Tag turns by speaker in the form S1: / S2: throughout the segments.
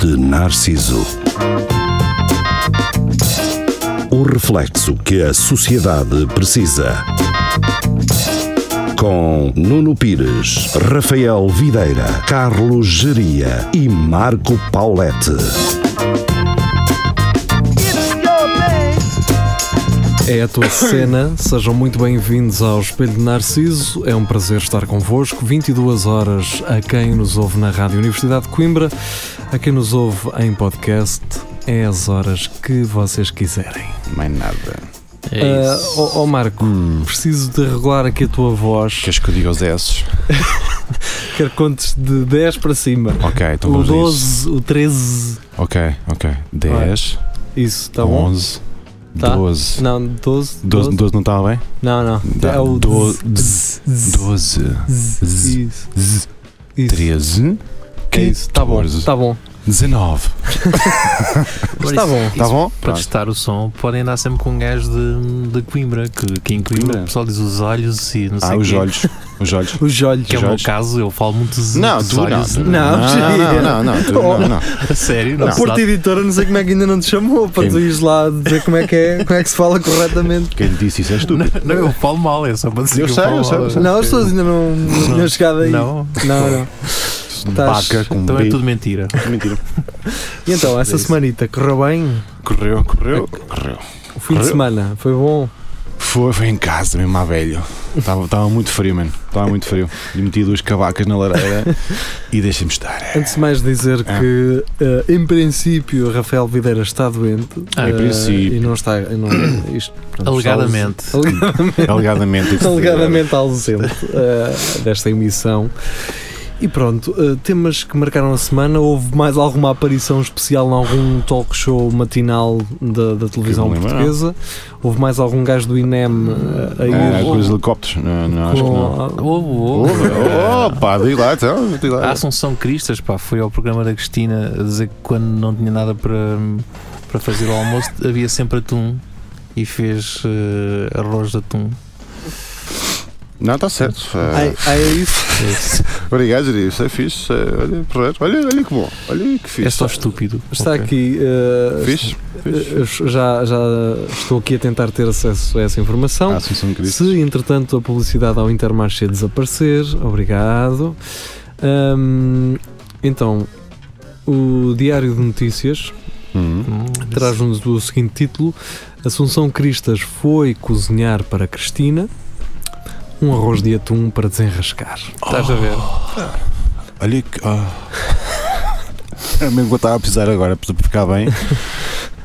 S1: de Narciso. O reflexo que a sociedade precisa. Com Nuno Pires, Rafael Videira, Carlos Geria e Marco Paulette.
S2: É a tua cena, sejam muito bem-vindos ao Espelho de Narciso, é um prazer estar convosco. 22 horas a quem nos ouve na Rádio Universidade de Coimbra, a quem nos ouve em podcast, é as horas que vocês quiserem.
S3: Mais nada. É
S2: Ah, ó ó Marco,
S3: Hum.
S2: preciso de regular aqui a tua voz,
S3: Queres que eu diga os S?
S2: quero contes de 10 para cima.
S3: Ok, então
S2: O
S3: vamos a isso.
S2: 12, o 13,
S3: Ok, ok. 10,
S2: isso, tá bom?
S3: 11,
S2: Tá.
S3: 12.
S2: Não, 12,
S3: 12. 12 não estava bem?
S2: Não, não.
S3: Dá
S2: é o
S3: do-
S2: z- z-
S3: 12,
S2: z-
S3: z-
S2: Isso. Isso.
S3: 13,
S2: É isso. Tá bom.
S3: 14.
S2: Tá bom.
S3: 19.
S2: Está
S4: Agora, isso-
S2: Tá bom.
S3: Está bom?
S4: Para
S3: Pronto.
S4: testar o som, podem andar sempre com um gajo de, de Coimbra, que, que em Coimbra
S3: Coimbra?
S4: o pessoal diz os olhos e não sei
S3: Ah,
S4: o
S3: os
S4: quê,
S3: olhos. Os olhos.
S2: Os olhos.
S4: Que é o meu
S3: olhos.
S4: caso, eu falo muito dos,
S3: Não,
S4: dos
S3: tu não.
S4: olhos.
S3: tu
S2: Não, Oh.
S3: não, não, não, tu não, não.
S4: A sério, não,
S2: A
S4: se
S2: Porta
S4: dá-
S2: Editora, não sei como é que ainda não te chamou para tu ires lá dizer como é que é, como é que se fala corretamente.
S3: Quem lhe disse isso é estúpido.
S4: Não, eu falo mal, é só para dizer
S3: Eu
S4: que
S3: sei,
S4: eu falo
S3: eu sei,
S4: mal.
S3: eu sei.
S2: Não, as pessoas ainda não, não tinham chegado aí.
S4: Não,
S2: não. não. Estás-
S3: Baca com
S4: então
S3: B.
S4: é tudo mentira.
S3: Mentira.
S2: E então, essa semanita correu bem?
S3: Correu, correu, correu.
S2: O fim de
S3: Correu.
S2: semana foi bom?
S3: Foi, foi em casa mesmo à velho. Estava muito frio, mano. Estava muito frio. E meti duas cavacas na lareira e deixei-me estar. É,
S2: Antes de mais dizer
S4: É.
S3: Ah.
S2: que, eh, em princípio, Rafael Videira está doente.
S4: Ah,
S3: é
S4: em
S2: eh,
S3: princípio.
S2: E não está. e não- isto, pronto,
S4: Alegadamente.
S2: está ausente.
S3: Alegadamente.
S2: Alegadamente ausente eh, desta emissão. E pronto, eh, temas que marcaram a semana. Houve mais alguma aparição especial em algum talk show matinal da, da televisão
S3: Que eu me lembro,
S2: portuguesa? Houve mais algum gajo do INEM eh, a ir
S3: Ah, com
S2: com-
S3: os helicópteros? Não, não, acho que não.
S4: Houve,
S3: Oh,
S4: houve.
S3: Opa, opa, diz lá então. diz
S4: Oh, A
S3: lá.
S4: Assunção Cristas, pá, foi ao programa da Cristina a dizer que quando não tinha nada para, para fazer o almoço havia sempre atum e fez eh, arroz de atum.
S3: Não, está certo. Ah,
S2: Ai, ai, é isso?
S3: Obrigado, Jiri. Isso é fixe. é, Olha, porreiro. olha, olha que bom. Olha que fixe.
S4: É só estúpido.
S2: Está
S4: Ok.
S2: aqui. eh,
S3: Fixe. fixe.
S2: Eu já, já estou aqui a tentar ter acesso a essa informação.
S3: Ah, Assunção Cristo.
S2: Então, Se entretanto a publicidade ao Intermarché desaparecer, obrigado. Hum, então, o Diário de Notícias
S3: Uhum.
S4: Hum,
S2: traz-nos o seguinte título: Assunção Cristas foi cozinhar para Cristina um arroz de atum para desenrascar.
S4: Estás a ver?
S3: Olha que. ah. É mesmo que eu estava a precisar agora para ficar bem.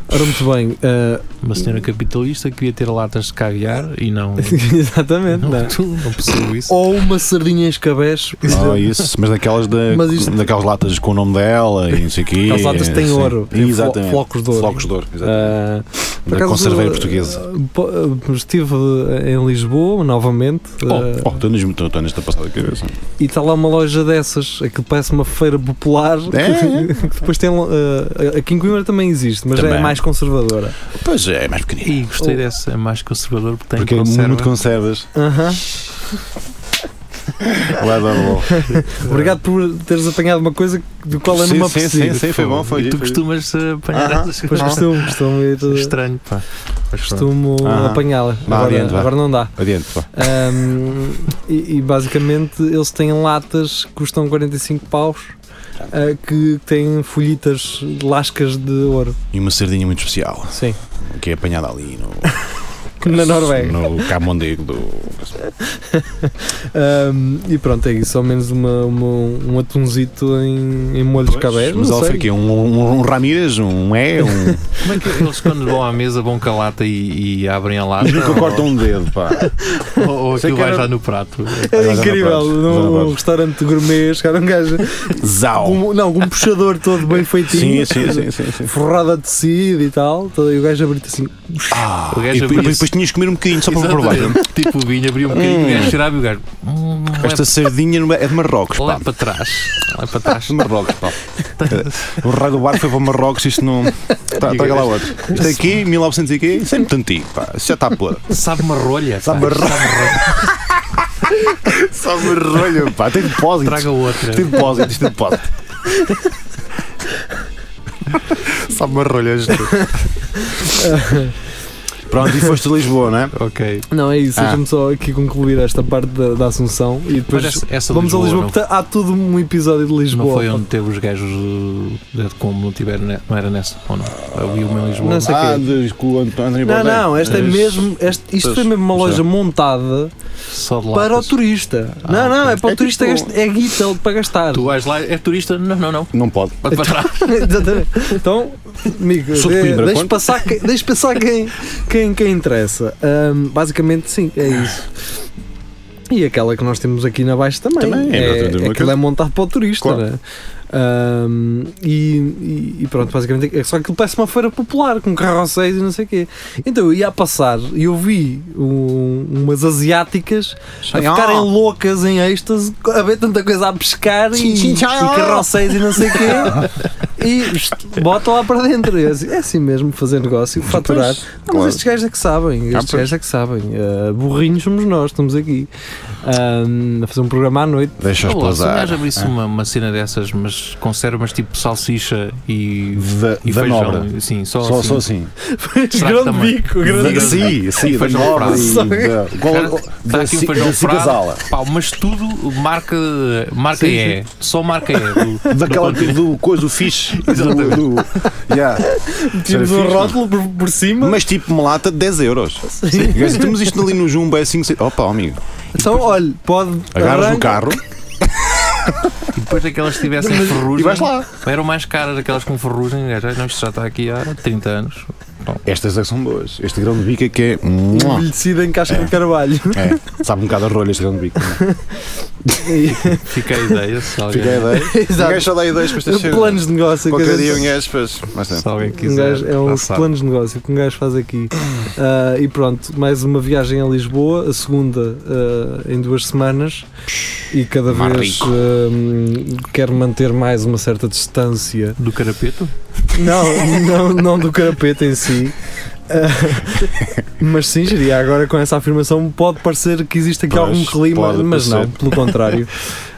S2: Ora, muito bem, ah,
S4: Uma senhora capitalista que queria ter latas de caviar e não.
S2: exatamente.
S4: Não,
S3: né?
S2: não. é?
S4: tu não percebo isso.
S3: Oh,
S2: Ou uma sardinha em escabeche.
S3: Não, Oh, isso, mas daquelas, da,
S2: Mas isto-
S3: daquelas latas com o nome dela e não sei o quê.
S2: Aquelas latas que têm
S3: Ah, Sim.
S2: ouro, têm flo-
S3: Exatamente.
S2: flocos de ouro.
S3: Flocos de ouro, exatamente.
S2: Ah, por
S3: da
S2: acaso,
S3: conserveira
S2: ah,
S3: portuguesa.
S2: po- ah, Estive em Lisboa novamente ah,
S3: Oh, oh, estou neste- estou nesta passada cabeça.
S2: e está lá uma loja dessas, aquilo parece uma feira popular.
S3: É,
S2: que depois tem. ah, aqui em Coimbra também existe, mas
S3: Também.
S2: é mais conservadora.
S3: Pois é, é mais pequenino.
S4: E gostei dessa, é mais conservador porque tem
S3: Porque é
S4: conserva.
S3: muito conservas.
S2: Aham.
S3: Lá dá bom.
S2: Obrigado por teres apanhado uma coisa do qual é eu não
S3: Sim,
S2: me
S3: sim,
S2: apercebi.
S3: sim, sim, foi bom, foi.
S4: E tu
S3: foi.
S4: costumas eh, apanhar
S3: Aham.
S4: essas
S2: Pois
S4: coisas.
S2: costumo, costumo ir, ah,
S4: Estranho, pá. Mas pronto.
S2: Costumo
S3: é- Aham.
S2: apanhá-la.
S3: Vá adiante,
S2: Agora,
S3: vá.
S2: agora não dá.
S3: Adiante, pá.
S2: Um, e, e basicamente eles têm latas que custam 45 paus
S3: Tá.
S2: uh, que têm folhitas de lascas de ouro.
S3: E uma sardinha muito especial,
S2: Sim.
S3: que é apanhada ali no.
S2: Na Noruega.
S3: No Camondego do.
S2: Um, e pronto, é isso. Ao menos uma, uma- um atunzito em, em molho de cabelo.
S3: Mas
S2: não
S3: ela
S2: sei.
S3: foi aqui, um, um, um Ramírez, um E, um.
S4: Como é que eles quando vão à mesa vão com a lata e, e abrem a lata?
S3: Mas nunca
S4: Ou-
S3: corta um dedo, pá.
S4: Ou, ou
S2: Sei
S4: aquilo
S2: que
S4: vai
S2: era-
S4: já no prato.
S2: Era
S3: Já não
S2: É incrível,
S3: podes, já não
S2: num
S3: podes.
S2: restaurante gourmet, chegar um gajo
S3: Zau.
S2: com, não, com um puxador todo bem
S3: Sim,
S2: feitinho,
S3: sim, sim, sim. sim.
S2: forrado a tecido e tal, todo- e o gajo abriu assim,
S3: Ah,
S4: O gajo
S3: e depois,
S4: abriu-se.
S3: depois tinhas de comer um bocadinho só para provar.
S4: Exatamente. Tipo o vinho, abriu um bocadinho, o gajo cheirava e o gajo. Hum,
S3: Esta sardinha não é é de Marrocos,
S4: lá, lá
S3: pá. É
S4: para trás. Lá para trás.
S3: De Marrocos, pá. O raio do barco foi para Marrocos, isto não. Está tá lá outro. Isto aqui, 1900 e aqui, isso é muito antigo, pá. Isso já está podre.
S4: Sabe uma rolha.
S3: Sabe
S4: pá.
S3: uma rolha. Só me rolho, pá. Tem depósitos.
S4: Traga outra.
S3: Tem depósitos, tem depósitos.
S4: Sabe marrolhas.
S3: Pronto, e foste a Lisboa, não é?
S4: ok.
S2: Não, é isso.
S3: Ah.
S2: Deixa-me só aqui concluir esta parte da, da Assunção e depois
S4: Mas essa- essa
S2: vamos a Lisboa.
S4: não-
S2: Portanto, há todo um episódio de
S4: Não,
S2: Lisboa.
S4: foi onde teve os gajos uh, de como não, tiver, ne- não era nessa, ou não? O Ilma em Lisboa.
S2: Não sei.
S3: Ah,
S2: quê.
S3: de, com o Ant- António
S2: Não,
S3: Boldé.
S2: não, esta é
S3: Mas-
S2: mesmo. este- isto
S3: Pois,
S2: foi mesmo uma
S3: já.
S2: loja montada
S4: Só de
S2: para o
S4: latas.
S2: turista.
S4: Ah,
S2: não, não,
S4: ok.
S2: é para o
S3: É
S2: turista,
S3: tipo-
S2: gast- é guita para gastar.
S4: Tu vais lá, é turista? Não, não, não.
S3: Não pode.
S4: Vai para trás.
S2: Exatamente. Então, amigo,
S3: Sou de
S2: de-
S3: Coimbra,
S2: deixa
S3: quanto?
S2: passar, quem, deixa passar quem, quem, quem interessa. Ahm, basicamente, sim, é isso. E aquela que nós temos aqui na Baixa também.
S3: Também, é
S2: é,
S3: exatamente a mesma
S2: aquilo
S3: coisa.
S2: é montado para o turista,
S3: Claro.
S2: né? Ahm, e, e- e pronto, basicamente é só aquilo parece uma feira popular com carrosséis e não sei o quê. Então eu ia a passar e eu vi um- umas asiáticas a ficarem loucas em êxtase, a ver tanta coisa a pescar e,
S3: Tchim, tchim, tchau.
S2: e carroceiros e não sei o quê. e isto, bota lá para dentro. É assim, é assim mesmo fazer negócio, faturar.
S3: Pois,
S2: Ah, mas
S3: claro.
S2: estes gajos é que sabem,
S3: Ah,
S2: estes
S3: pois.
S2: gajos é que sabem. Ah, burrinhos somos nós, estamos aqui ah, a fazer um programa à noite.
S3: Deixa-os
S4: Olá, se um
S3: passar.
S4: gajo abrisse uma, uma cena dessas, mas com mas tipo salsicha e,
S3: Da,
S4: e
S3: da
S4: feijão.
S3: nobre.
S4: Sim, só,
S3: Só,
S4: assim.
S3: só assim.
S2: grande
S4: também.
S2: bico,
S4: grande
S3: Da-
S4: bico.
S3: Sim, sim, da
S4: feijão
S3: nobre. e
S2: frado.
S3: da- qual-
S4: Cara, Está
S3: Da
S4: aqui um
S3: ci-
S4: feijão
S3: da
S4: frado,
S3: cicazala.
S4: pá, mas tudo marca, marca
S3: Sim,
S4: é, só marca é. do- do
S3: Daquela
S4: continente.
S3: que- do coisa do fish. Do, do- yeah.
S4: Tipo
S2: Tínhamos
S3: Era
S2: um
S3: fixe,
S2: rótulo por, por cima.
S3: Mas tipo uma lata de 10 euros.
S2: Sim.
S3: Sim. Temos isto ali no Jumbo, é 5, 6. Opa, amigo.
S2: Então, olha, pode.
S3: Agarras no
S2: arranca-
S3: carro
S4: E depois daquelas que tivessem ferrugem.
S3: e vais lá.
S4: Eram mais caras aquelas com ferrugem. o gajo, "Ah, Não, isto já está aqui há 30 anos.
S3: Estas é que são boas. Este grão de bico é que é. Mua.
S2: Envelhecido em casca um de carvalho.
S3: É, sabe um bocado a rolha este grão de bico.
S4: Fica a ideia. Se alguém,
S3: Fica a ideia.
S2: Exato.
S3: Um gajo só dá ideias para estas cenas.
S2: Planos de negócio.
S3: Qualquer
S2: coisas
S3: dia um
S2: assim.
S3: gajo, pois. Mas tem.
S4: se alguém
S2: Um
S4: quiser.
S2: gajo, é
S4: já
S2: uns
S4: sabe.
S2: planos de negócio que um gajo faz aqui. Ah, e pronto, mais uma viagem a Lisboa, a segunda ah, em duas semanas. E cada
S3: Mar
S2: vez
S3: rico.
S2: ah, quero manter mais uma certa distância.
S4: Do carapeto?
S2: Não, não, não do carapete em si. Ah, mas sim, geria. Agora com essa afirmação pode parecer que existe aqui
S3: Pois,
S2: algum clima,
S3: pode
S2: mas não,
S3: parecer.
S2: pelo contrário.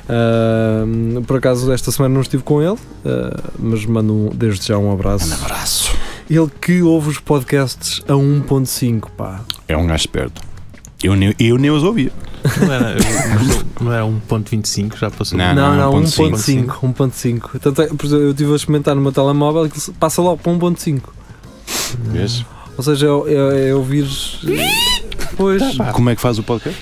S2: Ah, por acaso esta semana não estive com ele, ah, mas mando um- desde já um abraço.
S3: Abraço.
S2: Ele que ouve os podcasts a 1.5, pá.
S3: É um gajo esperto. Eu nem, eu nem os ouvia.
S4: Não era, não é um era 1.25, já passou.
S3: Não. Ah,
S2: não, não,
S3: 1.5.
S2: 1.5. 1.5. Tanto é- por exemplo, eu estive a experimentar no meu telemóvel e aquilo passa logo para 1.5.
S3: Vês?
S2: Ou seja, é, é, é ouvir. Pois.
S3: Como é que faz o podcast?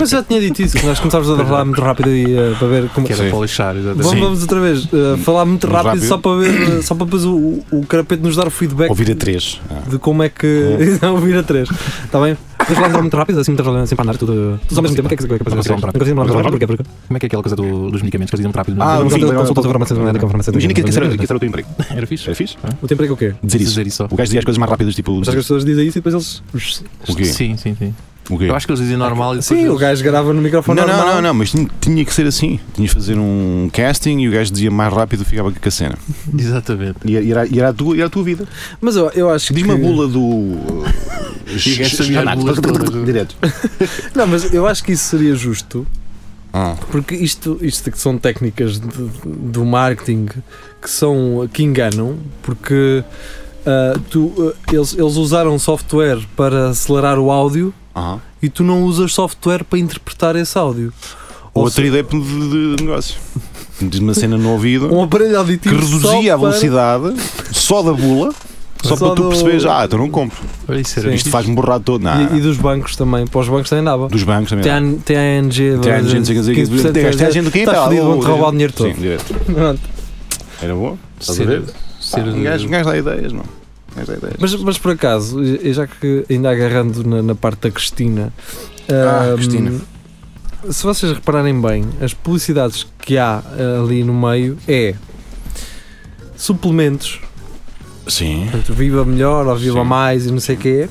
S2: Mas já tinha dito isso, que nós começámos a
S3: é.
S2: falar muito rápido e eh, para ver como.
S4: Que era
S3: Sim.
S4: para lixar, exatamente.
S2: Vamos, vamos outra vez eh, falar muito
S3: Muito
S2: rápido,
S3: rápido.
S2: só para ver, eh, só para depois o, o carapete nos dar o feedback
S3: Ouvir Uhum. a três. Ah.
S2: de como é que. Não, ouvir a 3. Está bem? Vamos falar muito rápido, assim, muito rápido, assim para andar tudo. Tudo ao mesmo tempo, o que é que é capaz de fazer? Não consigo falar muito rápido, porquê? Porquê?
S4: Como é que é aquela coisa do- dos medicamentos que eles diziam rápido?
S3: Ah,
S4: não
S3: sim.
S2: Consulta sobre a farmacêutica, com a farmacêutica.
S3: Imagina que esse era, que esse era o teu emprego.
S4: Era fixe?
S3: Era fixe?
S2: O tempo é que é o quê?
S3: Dizer isso.
S4: Dizer isso só.
S3: O gajo dizia as coisas mais rápidas, tipo.
S2: Mas acho que as pessoas dizem isso e depois eles.
S3: O quê?
S4: Sim, sim, sim.
S3: O quê?
S4: Eu acho que eles diziam normal e depois.
S2: Sim, o
S4: eles-
S2: gajo grava no
S3: Não,
S2: microfone
S3: não,
S2: normal.
S3: não, não, mas tinha, tinha que ser assim. Tinha que fazer um casting e o gajo dizia mais rápido ficava com a cena.
S4: Exatamente.
S3: E era, e era, e era a, tua, e era a tua vida.
S2: Mas eu, eu acho
S3: Diz
S2: que.
S3: uma bula do.
S4: E o gajo sabia as bulas todas.
S3: Direto.
S2: Não, mas eu acho que isso seria justo.
S3: Ah,
S2: Porque isto, isto que são técnicas de- do marketing que são que enganam, porque ah, tu, ah, eles, eles usaram software para acelerar o áudio
S3: ah.
S2: e tu não usas software para interpretar esse áudio. Ou
S3: Outra ideia de, de negócio. Diz uma cena no ouvido
S2: Um aparelho
S3: que
S2: auditivo só
S3: reduzia a
S2: para-
S3: velocidade só da bula, só,
S2: Só
S3: para tu
S2: do-
S3: perceberes, ah, tu não compro.
S4: Olha isso, era
S2: Sim.
S4: isto.
S3: Isto faz-me borrar todo. Não,
S2: E, e dos bancos também. Para os bancos também dava.
S3: dos bancos também.
S2: Tem a TNG,
S3: Tem a gente, não sei o que, não sei o que.
S2: 15%
S3: Tem a gente, tem é a gente do quê?
S2: Estás
S3: Pá,
S2: tá fodido,
S3: ou-
S2: vão-te roubar o dinheiro todo.
S3: Sim, direto.
S2: Pronto.
S3: Era bom. Estás a
S4: Ser,
S3: ver?
S4: ser,
S3: Um gajo, um gajo dá ideias, não. Um gajo dá ideias.
S2: Mas, mas por acaso, e- e já que ainda agarrando na, na parte da Cristina,
S3: Ah,
S2: hum,
S3: Cristina.
S2: se vocês repararem bem, as publicidades que há ah, ali no meio é suplementos,
S3: Sim.
S2: portanto, viva melhor ou viva
S3: Sim.
S2: mais e não sei o quê,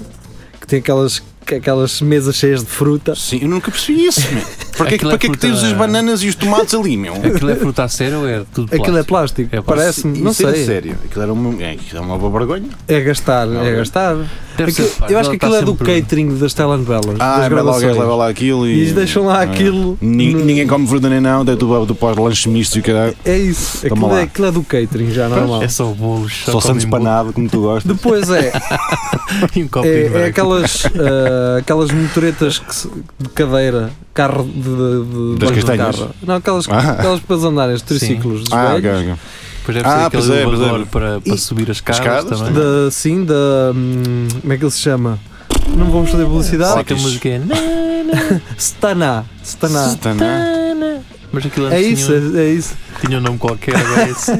S2: que tem aquelas, aquelas mesas cheias de fruta.
S3: Sim, eu nunca percebi isso, meu. Para que,
S4: Aquilo é
S3: para que é que
S4: fruta-
S3: tens as bananas e os tomates ali, meu?
S4: Aquilo é fruta a sério ou é tudo plástico?
S2: Aquilo é plástico,
S4: É plástico.
S2: parece-me, não
S3: Isso era
S2: sei.
S3: sério. Aquilo era uma, é, aquilo era uma boa vergonha.
S2: É gastar,
S3: Não,
S2: é
S3: é.
S2: gastar.
S4: Deve
S2: Aquilo-
S4: ser, pá,
S2: eu acho
S4: ela
S2: que
S4: tá
S2: aquilo é do
S4: sempre-
S2: catering das telenovelas.
S3: Ah,
S2: das
S3: vai lá o gajo
S2: gravações.
S3: leva lá aquilo
S2: E
S3: e.
S2: eles deixam lá
S3: Ah.
S2: aquilo.
S3: Ni-
S2: no-
S3: Ninguém come fruta nem não, daí tu, tu pós lanches mistos e o caralho.
S2: É isso.
S3: Toma
S2: Aquilo
S3: lá.
S2: é, aquilo é do catering, já normal.
S4: É só bolos.
S3: Só santos
S4: comem
S3: panado, como tu gostas.
S2: Depois é,
S4: bolo E um copo
S2: é,
S4: de
S2: é
S4: branco.
S2: aquelas, ah, aquelas motoretas que se- de cadeira, carro de, de, de
S3: Das
S2: banco de
S3: castanhas?
S2: carro. Não, aquelas,
S3: Ah.
S2: aquelas para andarem, os triciclos dos
S3: Ah,
S2: velhos.
S3: ok, ok.
S4: Depois deve
S3: Ah,
S4: ser
S3: pois
S4: aquele
S3: é, pois é.
S4: elevador para, para
S2: E-
S4: subir as casas
S3: escadas
S4: também.
S2: Da, sim, da. hum, como é que ele se chama? Não vamos fazer
S4: Sei
S2: publicidade.
S4: que a
S3: Ótis.
S4: música é.
S2: Staná. Staná.
S3: Satana.
S4: Mas aquilo antes
S2: É isso,
S4: tinha,
S2: é, é isso.
S4: um- tinha um nome qualquer. Agora é esse.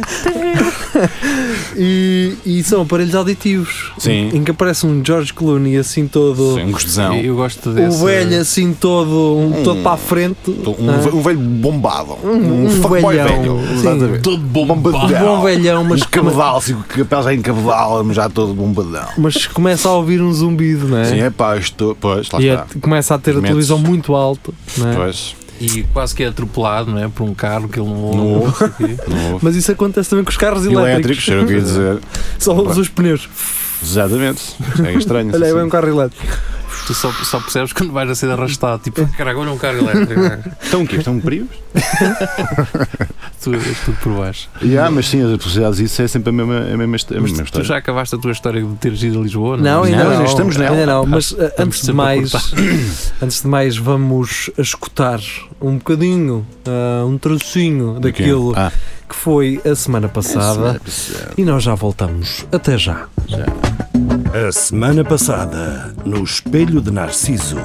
S2: E, e são aparelhos auditivos.
S3: Sim.
S2: Em que aparece um George Clooney assim todo.
S3: Sim, Um gostosão.
S4: Eu gosto
S2: O
S4: desse.
S2: velho assim todo, um,
S3: Hum.
S2: todo para a frente.
S3: Um,
S2: Ah.
S3: ve- um velho bombado.
S2: Um-
S3: Um,
S2: um
S3: fuckboy
S2: velhão.
S3: velho.
S2: Sim.
S3: Exatamente.
S4: Todo bombado.
S3: Bombadão.
S2: bom velhão, mas, é?
S3: Mas cabedal, se o capel já é em cabedal, já todo bombadão.
S2: mas começa a ouvir um zumbido, não é?
S3: Sim, é pá, estou. Pois, lá
S2: e
S3: está.
S2: é- começa a ter a
S3: Metes.
S2: televisão muito alto, não é?
S3: Pois,
S4: E quase que é atropelado, não é? Por um carro que ele não ouve.
S3: Não
S4: não sei o quê.
S3: não houve.
S2: Mas isso acontece também com os carros elétricos.
S3: Elétricos, era o que eu ia dizer.
S2: Só ouves os pneus.
S3: Exatamente. É estranho.
S2: Olha, é
S3: assim.
S2: bem um carro elétrico.
S4: Tu só, só percebes quando vais a ser arrastado. Tipo, caralho,
S2: é
S4: olha um carro elétrico. né?
S3: Estão Então o quê? é um Estão prios?
S4: tu és tudo por baixo.
S3: Ah, mas sim, as possibilidades isso é sempre a mesma, a mesma, hist- a
S4: Mas
S3: mesma
S4: tu, tu
S3: história.
S4: já acabaste a tua história de teres ido a Lisboa? é?
S2: Não, ainda
S3: Não,
S2: não.
S3: ainda estamos nela.
S2: Ainda não, mas eh, antes de
S4: sempre a
S2: mais, antes de mais vamos a escutar um bocadinho, ah, um trocinho daquilo
S3: Ah,
S2: que foi a semana passada e nós já voltamos. Até já.
S1: A semana passada, no Espelho de Narciso.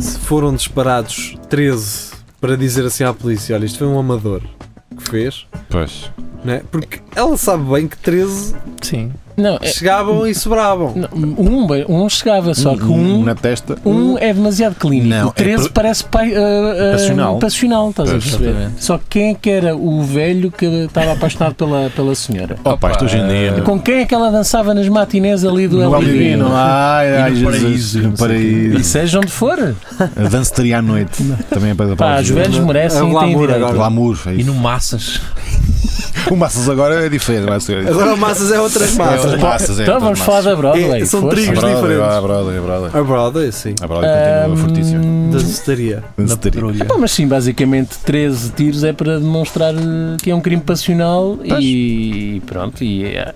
S2: Se foram disparados 13 para dizer assim à polícia, olha, isto foi um amador que fez,
S3: pois.
S2: não é? Porque ela sabe bem que 13
S5: Sim. Não, é-
S2: chegavam e sobravam.
S5: não, um, be- um chegava, só que um,
S3: na testa.
S5: um é demasiado clínico.
S3: Não,
S5: o 13
S3: é pa-
S5: parece pa- ah, ah,
S3: Passional.
S5: passional, estás a
S3: Pois,
S5: perceber?
S4: exatamente.
S5: Só que quem é que era o velho que estava apaixonado pela, pela senhora?
S3: Oh, pá, estou geneno.
S5: Com quem é que ela dançava nas matinés ali do
S3: No
S5: El Divino?
S3: Alivino. Ai, ai,
S4: no
S3: Jesus.
S4: paraíso,
S3: No
S4: não sei
S5: E
S3: paraíso.
S5: seja onde for.
S3: A danceteria à noite. Também é para
S5: Pá, os velhos merecem
S2: É
S5: e têm
S2: glamour
S5: direito.
S2: agora.
S3: Glamour. é
S4: E
S3: isso.
S4: no Massas.
S3: O Massas agora é diferente. Vai ser diferente.
S2: Agora o Massas é outras massas.
S3: Outras massas, é,
S5: Então
S3: outras
S5: vamos
S3: massas.
S5: falar da Broadway.
S2: É, são
S5: força.
S2: trigos.
S3: A
S2: Trigos
S3: Brother,
S2: diferentes.
S3: a Brother, a Brother.
S2: A Brother, sim.
S3: A Brother é continua
S5: Ahm,
S3: fortíssima.
S2: é assim. Da cestaria.
S4: Na
S3: Danceteria.
S4: patrulha.
S5: Pá, mas sim, basicamente 13 tiros é para demonstrar eh, que é um crime passional e, e pronto, e eh,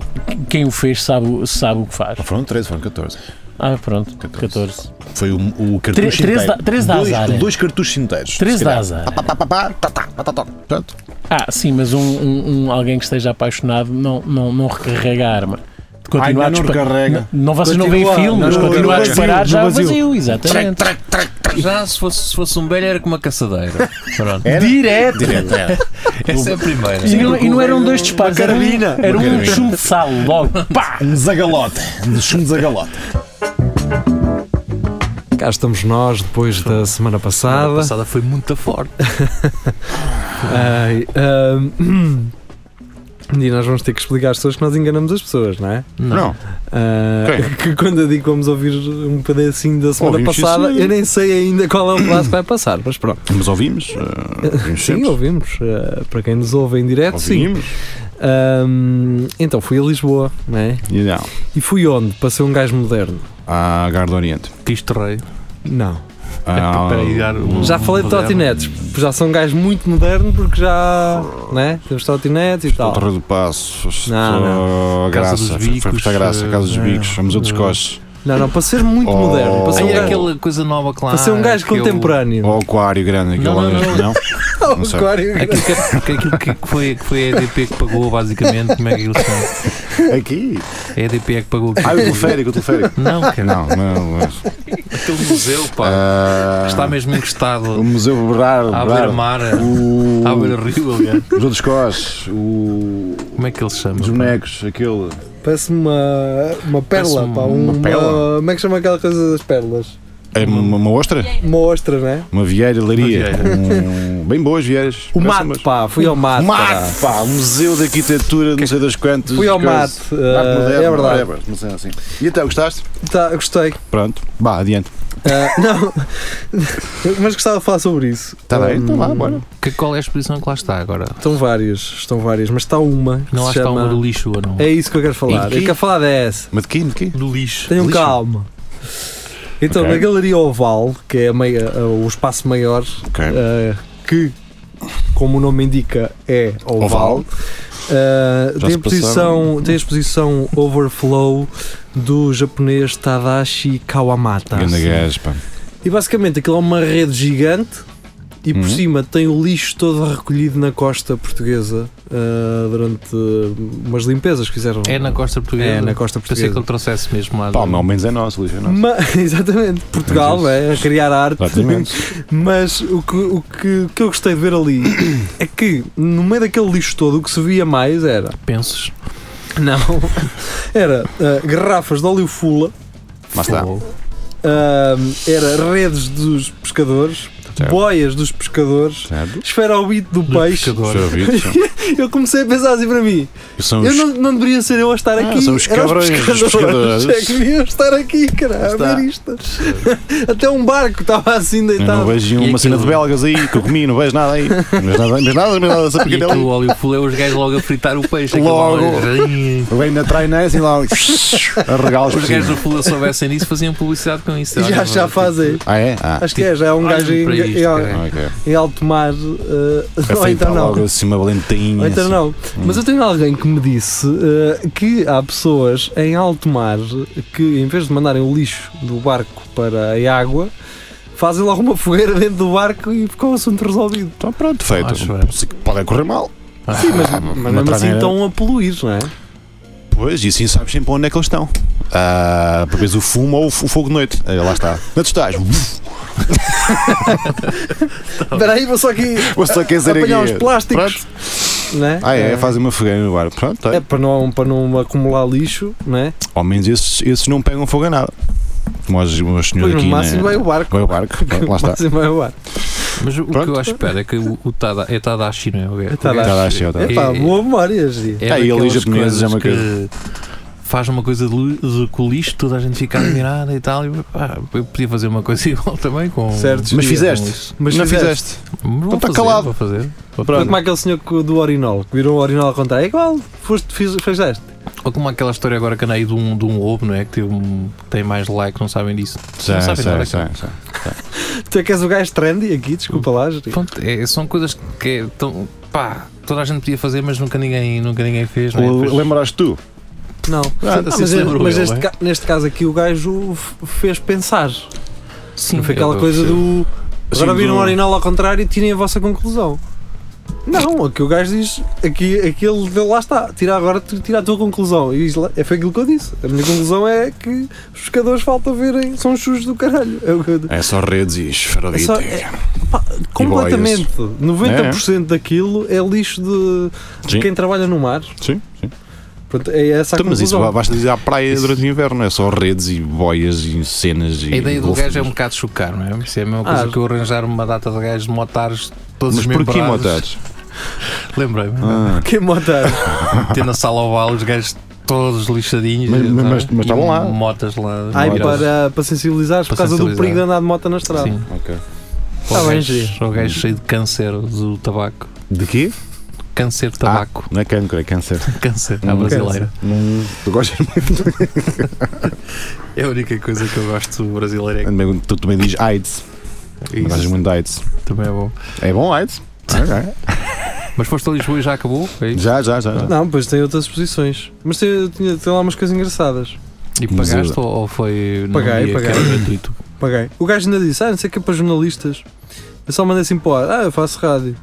S5: quem o fez sabe, o- sabe o que faz.
S3: Não Foram 13, foram 14.
S5: Ah, pronto,
S3: 14.
S5: 14.
S3: Foi o, o
S5: Tre-
S3: cartucho
S5: três
S3: inteiro.
S5: da- três da
S3: dois,
S5: azar, é?
S3: dois cartuchos inteiros.
S5: 13
S3: se
S5: dá
S3: calhar.
S5: azar. é.
S3: Pá, pá, pá, pá, tá, tá, tá, tá, tá. Pronto.
S5: Ah, sim, mas um, um- um- alguém que esteja apaixonado não, não, não recarrega a arma. Continua a
S3: não
S5: disparar.
S3: recarrega.
S5: Não, não, vocês não
S2: Continua,
S5: veem filmes,
S2: não,
S5: continua
S2: no
S5: a
S2: vazio,
S5: disparar
S2: no
S5: já
S2: vazio.
S5: vazio, exatamente.
S4: Já se fosse, se fosse um velho era com uma caçadeira. Pronto.
S3: Era?
S5: Direto!
S3: Direto, é.
S4: Essa é a primeira.
S5: E não, e não eram dois disparos, era um,
S2: carabina.
S5: era
S3: Uma
S5: um
S3: carabina.
S5: chumbo de sal logo. Pá!
S3: Um desagalote. Um chum desagalote.
S2: Cá estamos nós depois da semana
S4: A
S2: passada.
S4: passada foi muito forte.
S2: Ai, ahm, e nós vamos ter que explicar às pessoas que nós enganamos as pessoas, não é?
S3: Não.
S2: Ah,
S3: Quem?
S2: que quando eu digo que vamos ouvir um pedacinho da semana
S3: Ouvimos, sim,
S2: passada,
S3: senhor.
S2: eu nem sei ainda qual é o pedaço que vai passar, mas pronto.
S3: Mas ouvimos? eh, ouvimos
S2: Sim,
S3: sempre.
S2: ouvimos. ah, para quem nos ouve em direto, sim.
S3: Ouvimos.
S2: Ahm, então fui a Lisboa, não é?
S3: E não.
S2: E fui onde? Para ser um gajo moderno?
S3: À Gar do Oriente.
S4: Pisto É rei.
S2: Não.
S3: À-
S4: É Peraí, dar um-
S2: Já falei de
S4: moderno.
S2: trotinetes, pois já sou um gajo muito moderno porque já. Né? Temos trotinetes e tal.
S3: Torre do Passo.
S2: Não,
S3: não.
S4: Casa
S3: Graça.
S4: dos
S3: Foi- Foi
S4: Bicos,
S3: para Graça.
S4: eh,
S3: Casa dos
S4: não.
S3: Bicos. Vamos outros
S4: Eh,
S3: coches.
S2: Não, não, para ser muito
S3: Oh.
S2: moderno. Para ser um
S4: Aí
S3: Ou-
S2: gajo,
S4: aquela coisa nova, claro.
S2: para ser um gajo
S4: que eu-
S2: contemporâneo. Um
S3: Ou aquário grande. Aquele
S4: Não,
S3: lá
S4: não,
S3: mesmo.
S4: não.
S3: Não. não sei.
S4: Aquilo É que, que- aquilo que foi, que foi a EDP que pagou, basicamente. Como é que eles são?
S3: Aqui.
S4: A EDP é que pagou.
S3: Ah, o teleférico. O teleférico.
S4: Não, cara.
S3: Não, não. mas-
S4: Aquele museu, pá.
S3: Ah,
S4: Está mesmo encostado
S3: O Museu Berrar.
S4: à
S3: Berrar.
S4: beira-mar, à
S3: O.
S4: beira-rio, aliás.
S3: Os outros coches. O.
S4: Como é que ele se chama?
S3: Os bonecos. Aquele.
S2: Parece uma, uma
S4: Parece
S2: pérola,
S4: um-
S2: pá.
S4: uma
S2: uma-
S3: pérola?
S2: Como é que chama aquela coisa das pérolas?
S3: É uma, uma ostra?
S2: Mostra, não é?
S3: Uma vieira, laria.
S4: Uma
S3: Um- bem boas vieiras.
S2: O
S3: Parece
S2: mato,
S3: umas-
S2: pá, fui ao mato. pá.
S3: Mato, pá, um museu de arquitetura, não sei das quantas.
S2: Fui ao
S3: coisas.
S2: mato.
S3: Arte
S2: ah,
S3: moderna,
S2: é verdade.
S3: whatever, não sei assim. E até gostaste?
S2: Tá, gostei.
S3: Pronto, vá, adiante.
S2: Ah, não, mas gostava de falar sobre isso.
S3: Está bem,
S2: Hum,
S3: então vá, bora.
S4: Que, qual é a exposição que lá está agora?
S2: Estão várias, estão várias, mas está uma que
S4: Não lá
S2: se
S4: está
S2: chama...
S4: uma do lixo ou não?
S2: É isso que eu quero falar.
S3: E que-
S2: Eu quero falar dessa.
S3: Mas de quê? De quê?
S4: do lixo.
S2: Tenham
S3: Lixo.
S2: calma. Então,
S3: Ok.
S2: na Galeria Oval, que é a meia- a- o espaço maior,
S3: Ok.
S2: eh, que, como o nome indica, é Oval,
S3: Oval.
S2: eh,
S3: Já
S2: tem,
S3: se
S2: a exposição, tem a exposição Overflow do japonês Tadashi Kawamata.
S3: Ganda gajo, pá.
S2: E basicamente aquilo é uma rede gigante e por
S3: Uhum.
S2: cima tem o lixo todo recolhido na costa portuguesa ah, durante ah, umas limpezas que fizeram.
S4: É na costa portuguesa.
S2: É na costa
S4: Pensei que
S2: portuguesa.
S4: ele trouxesse mesmo lá.
S3: Pá, ao menos é nosso, lixo é nosso.
S2: Ma- exatamente, Portugal,
S3: Mas
S2: é, a criar arte.
S3: Hum. Exatamente.
S2: Mas o que, o, que, o que eu gostei de ver ali é que no meio daquele lixo todo o que se via mais era.
S4: Pensos.
S2: Não. Era ah, garrafas de óleo fula,
S3: Mas tá. está.
S2: ah, era redes dos pescadores,
S3: Certo.
S2: boias dos pescadores,
S3: Certo.
S2: esferobite do
S4: Do
S2: peixe.
S4: pescador.
S3: Seu ouvido, são-
S2: Eu comecei a pensar assim para mim:
S3: São
S2: eu
S3: os.
S2: não, não deveria ser eu a estar
S3: Ah,
S2: aqui.
S3: são os
S2: era
S3: cabrões, os pescadores.
S2: É que devia estar aqui, cara, a
S3: Está.
S2: ver isto. Até um barco estava assim
S3: Eu não
S2: deitado.
S3: vejo
S4: E
S3: uma cena de
S4: aquilo-
S3: belgas aí que eu comi, não vejo nada aí. Não vejo nada, não vejo nada, não vejo nada dessa
S4: E
S3: picadela
S4: aquele
S3: aí.
S4: óleo fulé, os gajos logo a fritar o peixe. é aquilo
S3: Logo.
S4: óleo.
S3: Eu venho na trainés e lá arregalos
S4: Os gajos do fulé soubessem disso, faziam publicidade com isso.
S2: já,
S4: Olha,
S2: já fazem.
S3: Ah, é? Ah,
S2: Acho que é, já é um
S4: olhem
S2: gajo em,
S4: para isto,
S2: em-
S4: cara.
S3: ah, ok.
S2: em alto mar. eh, ou
S3: Assim,
S2: então
S3: tá
S2: não.
S3: logo assim uma valentainha.
S2: Ou então
S3: assim.
S2: não. Mas eu tenho alguém que me disse eh, que há pessoas em alto mar que, em vez de mandarem o lixo do barco para a água, fazem logo uma fogueira dentro do barco e ficou o assunto resolvido.
S3: Então pronto, feito.
S4: Acho eu.
S3: Se- Pode correr mal.
S2: Sim, mas,
S3: Ah,
S2: mas
S3: uma
S2: mesmo assim
S3: torneira.
S2: estão a poluir, não é?
S3: Pois, e assim sabes sempre onde é que eles estão. Ah, porque vês o fumo ou o f- o fogo de noite. Ah, lá está. Onde estás? Uf,
S2: Espera aí, vou só aqui
S3: Vou só aquecer
S2: apanhar
S3: aqui.
S2: os plásticos.
S3: Pronto.
S2: Não é?
S3: Ah, é,
S2: eh, É.
S3: fazem uma fogueira no bar. Pronto,
S2: É
S3: é.
S2: para não, para não acumular lixo, não é?
S3: ao menos esses, esses não pegam fogo a nada. Como os meus
S2: Pois
S3: senhores
S2: no
S3: aqui.
S2: máximo
S3: né?
S2: vai o barco.
S3: Vai o barco. Pronto, Ah, Lá está.
S2: No máximo vai o barco.
S4: tipo, Mas o que
S3: Pronto.
S4: eu acho espera é que o, o Tada, é Tadashi, não é? O gajo-
S2: É
S4: o gajo-
S2: Tadashi. Tá,
S3: Tadashi, é o Tadashi.
S2: É pá, boa memória, Gia.
S4: É
S3: Ah, e
S4: daquelas
S3: ali japoneses é uma
S4: coisas que Faz uma coisa de, lu- de com o lixo, toda a gente fica admirada e tal. E, pá, eu podia fazer uma coisa igual também com.
S2: Certo,
S3: Mas
S2: Gia.
S3: fizeste.
S2: é. Mas
S3: não
S2: fizeste.
S3: fizeste.
S4: Vou
S3: Então tá
S4: fazer,
S3: calado.
S4: Vou fazer. é Vou
S2: Foi
S4: fazer.
S2: como é aquele senhor que- do Orinol, que virou o Orinol a contar. É igual, foste, fiz, fizeste.
S4: Ou como aquela história agora que andei aí de um, de um lobo, não é? Que teve um- tem mais likes, não sabem disso.
S3: Sim,
S4: não sabem nada.
S3: sim, sim, sim.
S2: Tu é que és o gajo trendy aqui, desculpa lá, Gia.
S4: Pronto, é- são coisas que é tão, pá, toda a gente podia fazer, mas nunca ninguém, nunca ninguém fez, não é?
S3: Ou
S4: Depois-
S3: Lembraste tu?
S2: Não.
S4: Ah,
S2: Não,
S4: assim
S2: mas
S4: se lembrou
S2: mas
S4: ele,
S2: neste,
S4: é?
S2: ca- neste caso aqui o gajo f- fez pensar.
S4: Sim,
S2: não foi
S4: eu-
S2: aquela
S4: eu
S2: coisa
S4: percebo.
S2: do.
S3: Sim,
S2: Agora viram
S3: do-
S2: um orinal ao contrário e tirem a vossa conclusão. Não, aqui o gajo diz, aqui, aquele dele lá está, tira agora tu- tira a tua conclusão. E diz lá- é foi aquilo que eu disse. A minha conclusão é que os pescadores faltam verem, são chus do caralho. É o que eu digo.
S3: É só redes e esferodite.
S2: É só- é- pá, completamente. 90% daquilo é lixo de, de
S3: Sim.
S2: quem trabalha no mar.
S3: Sim, sim.
S2: Portanto, é essa a
S4: Tá
S3: Então, mas isso
S2: conclusão.
S3: basta dizer à praia
S2: Isso-
S3: durante o inverno, é só redes e boias e cenas e.
S4: A ideia do
S3: golfos.
S4: gajo é um bocado chocar, não é? Isso é a mesma coisa
S2: Ah.
S4: que eu arranjar uma data de gajos de motares todos
S3: Mas porquê
S4: desmembrados.
S3: motares?
S4: Lembrei-me.
S3: Ah,
S2: Quem montar?
S4: Ter na sala oval os gajos todos lixadinhos.
S3: Mas- mas-
S4: não é?
S3: mas- mas
S4: E
S3: estavam lá.
S4: Motas lá.
S2: Ai,
S4: viradas.
S2: para, para sensibilizar por
S4: Para
S2: causa do
S4: sensibilizar.
S2: perigo de andar de moto na estrada.
S4: Sim.
S3: ok.
S2: Tá
S4: Ou
S2: bem,
S4: gajos-
S2: giro.
S4: ou gajos cheios um de câncer do tabaco.
S3: De quê?
S4: Câncer de tabaco.
S3: Não é cancro, é câncer.
S4: Câncer à
S3: Hum.
S4: brasileira.
S3: Hum, tu gostas
S4: É a única coisa que eu gosto brasileira. É
S3: muito. Tu também dizes AIDS.
S4: que
S3: Não Gostas
S4: isso
S3: muito de AIDS.
S4: também é bom.
S3: É bom AIDS? Ok.
S4: Mas foste a Lisboa e já acabou? É isso?
S3: Já, já, já. já.
S2: Não, pois tem outras exposições. Mas tem, tinha- tem lá umas coisas engraçadas.
S4: E
S3: Mas
S4: pagaste ou, ou foi. num
S2: Paguei,
S4: dia que
S2: paguei.
S4: era gratuito?
S2: Paguei. O gajo ainda disse, ah, não sei o que é para jornalistas. Eu só mandei assim para o ar, ah, eu faço rádio.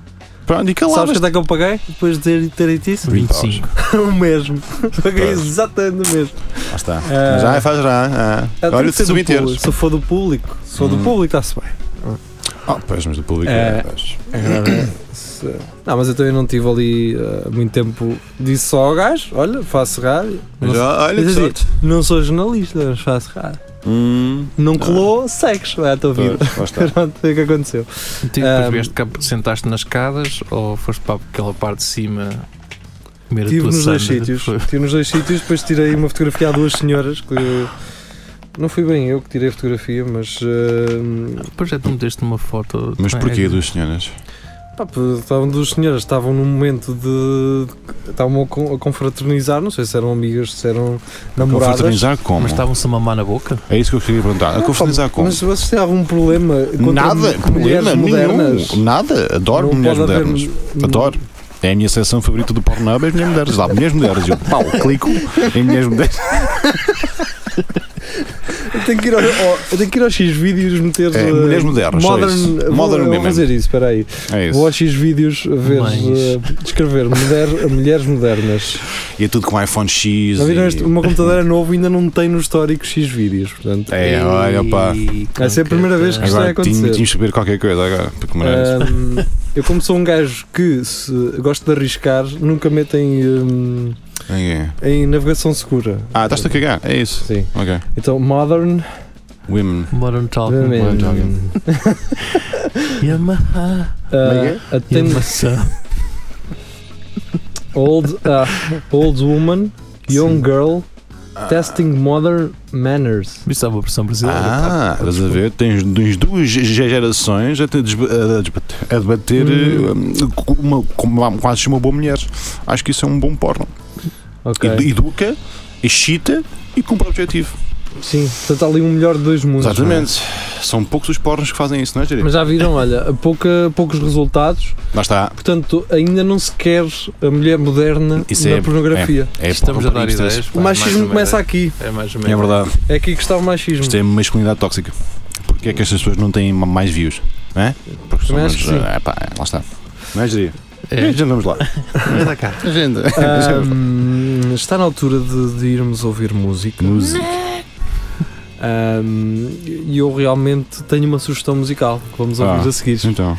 S3: Pronto, e
S2: Sabes
S3: calavas.
S2: quanto é que eu paguei? Depois de ter, ter dito isso?
S4: 25.
S2: o mesmo. Paguei
S3: Pois.
S2: exatamente o mesmo.
S3: Lá está.
S2: Ah.
S3: já, é, faz já. ah.
S4: É
S2: Ah, tem que
S3: Olha,
S2: ser
S3: se
S2: do
S3: subir
S2: público. Se for do público, se for do
S3: Hum.
S2: público, está-se bem.
S3: Ah, pois, mas do público.
S2: É.
S3: é, pois.
S2: Agora, se- Não, mas eu também não tive ali ah, muito tempo. Disse só ao gajo, olha, faço rádio. Não,
S3: Já, olha
S2: Quer
S3: que
S2: dizer,
S3: sorte.
S2: não sou jornalista, mas faço rádio.
S6: Hum,
S3: Ah.
S2: Não colou, é? segues, vai à tua vida.
S6: pois, lá está.
S2: Pronto, é o que aconteceu.
S4: Então, e depois
S2: Ahm.
S4: vieste cá, sentaste nas escadas ou foste para aquela parte de cima comer a
S2: Estive
S4: tua
S2: nos dois
S4: sana?
S2: sítios.
S4: Foi-
S2: Estive nos dois sítios, depois tirei uma fotografia a duas senhoras que. Não fui bem eu que tirei a fotografia, mas. ah,
S4: Depois já tu meteste uma foto.
S3: Mas
S4: não é?
S3: porquê duas senhoras?
S2: pá, pô, Estavam duas senhoras, estavam num momento de. Estavam a con- a confraternizar, não sei se eram amigas, se eram namoradas.
S3: Confraternizar como?
S4: Mas tá estavam-se a mamar na boca?
S3: É isso que eu queria perguntar. A confraternizar como?
S2: Mas vocês têm algum problema contra
S3: Nada,
S2: mu- mulheres
S3: problema
S2: modernas?
S3: nenhum. Nada, adoro
S2: Não
S3: mulheres
S2: pode haver
S3: modernas.
S2: mu-
S3: Adoro. É a minha seção favorita do Pornhub, é as mulheres modernas. Lá, mulheres modernas. Eu pau, clico em mulheres modernas.
S2: Eu tenho que ir ao, ao- eu tenho que ir aos X-Vídeos meter.
S3: É,
S2: eh,
S3: mulheres modernas, só
S2: Modern,
S3: isso.
S2: vou-
S3: Modern
S2: eu vou
S3: women.
S2: fazer isso, espera aí.
S3: É
S2: Vou
S3: isso.
S2: aos X-Vídeos ver.
S4: Mas-
S2: eh, escrever moder- mulheres modernas.
S3: E é tudo com iPhone X.
S2: Já viram
S3: e-
S2: este? O meu computador é novo e ainda não tem no histórico X-Vídeos. Portanto,
S3: É, olha pá.
S2: Vai ser a primeira vez que isto vai
S3: Agora tínhamos
S2: é acontecer.
S3: tínhamos de saber qualquer coisa agora. Porque mulheres.
S2: Ahm, eu, como sou um gajo que se, gosto de arriscar, nunca meto em, hum,
S3: É.
S2: em navegação segura.
S3: Ah, estás-te a cagar, é isso.
S2: Sim.
S3: Ok.
S2: Então, Modern. eh,
S3: Women.
S4: Modern Talk.
S2: Women.
S3: Talking.
S4: Yamaha. é?
S2: Ah, atten-
S4: Yamaha.
S2: old, ah, old Woman, Young Girl, Testing Modern Manners.
S4: Isto é uma versão brasileira.
S3: Ah,
S4: pá.
S3: estás a ver? Tens, tens duas ge- gerações a, te desba- a desbater, a debater
S2: Hum.
S3: eh, um, com uma, com uma- quase uma boa mulher. Acho que isso é um bom porno.
S2: Ok.
S3: Edu- Educa, excita e cumpre o objetivo.
S2: Sim, portanto, há ali um melhor de dois mundos.
S3: Exatamente. São poucos os pornos que fazem isso, não é, Jerry?
S2: Mas já viram, olha, pouca, poucos resultados.
S3: Lá está.
S2: Portanto, ainda não se quer a mulher moderna
S3: Isso
S2: na
S3: é-
S2: pornografia.
S3: É
S4: Estamos a
S3: porno
S4: dar
S3: para
S4: ideias.
S3: hipsters.
S4: pá, é
S2: O machismo
S4: mais ou
S2: começa
S4: menos.
S2: aqui.
S4: É mais ou
S3: É
S4: menos.
S3: verdade.
S2: É aqui que está o machismo.
S3: Isto é masculinidade tóxica. Porquê é que estas pessoas não têm ma- mais views? Não é? Porque
S2: Também acho que sim.
S3: ah, pá, lá está. Não é, Jerry?
S4: É.
S3: Já andamos lá.
S4: Anda cá.
S3: Agenda.
S2: Ah. Ahm, está na altura de, de irmos ouvir música.
S3: Música.
S2: Ahm, E eu realmente tenho uma sugestão musical que vamos ouvir
S3: Ah.
S2: a seguir.
S3: Então.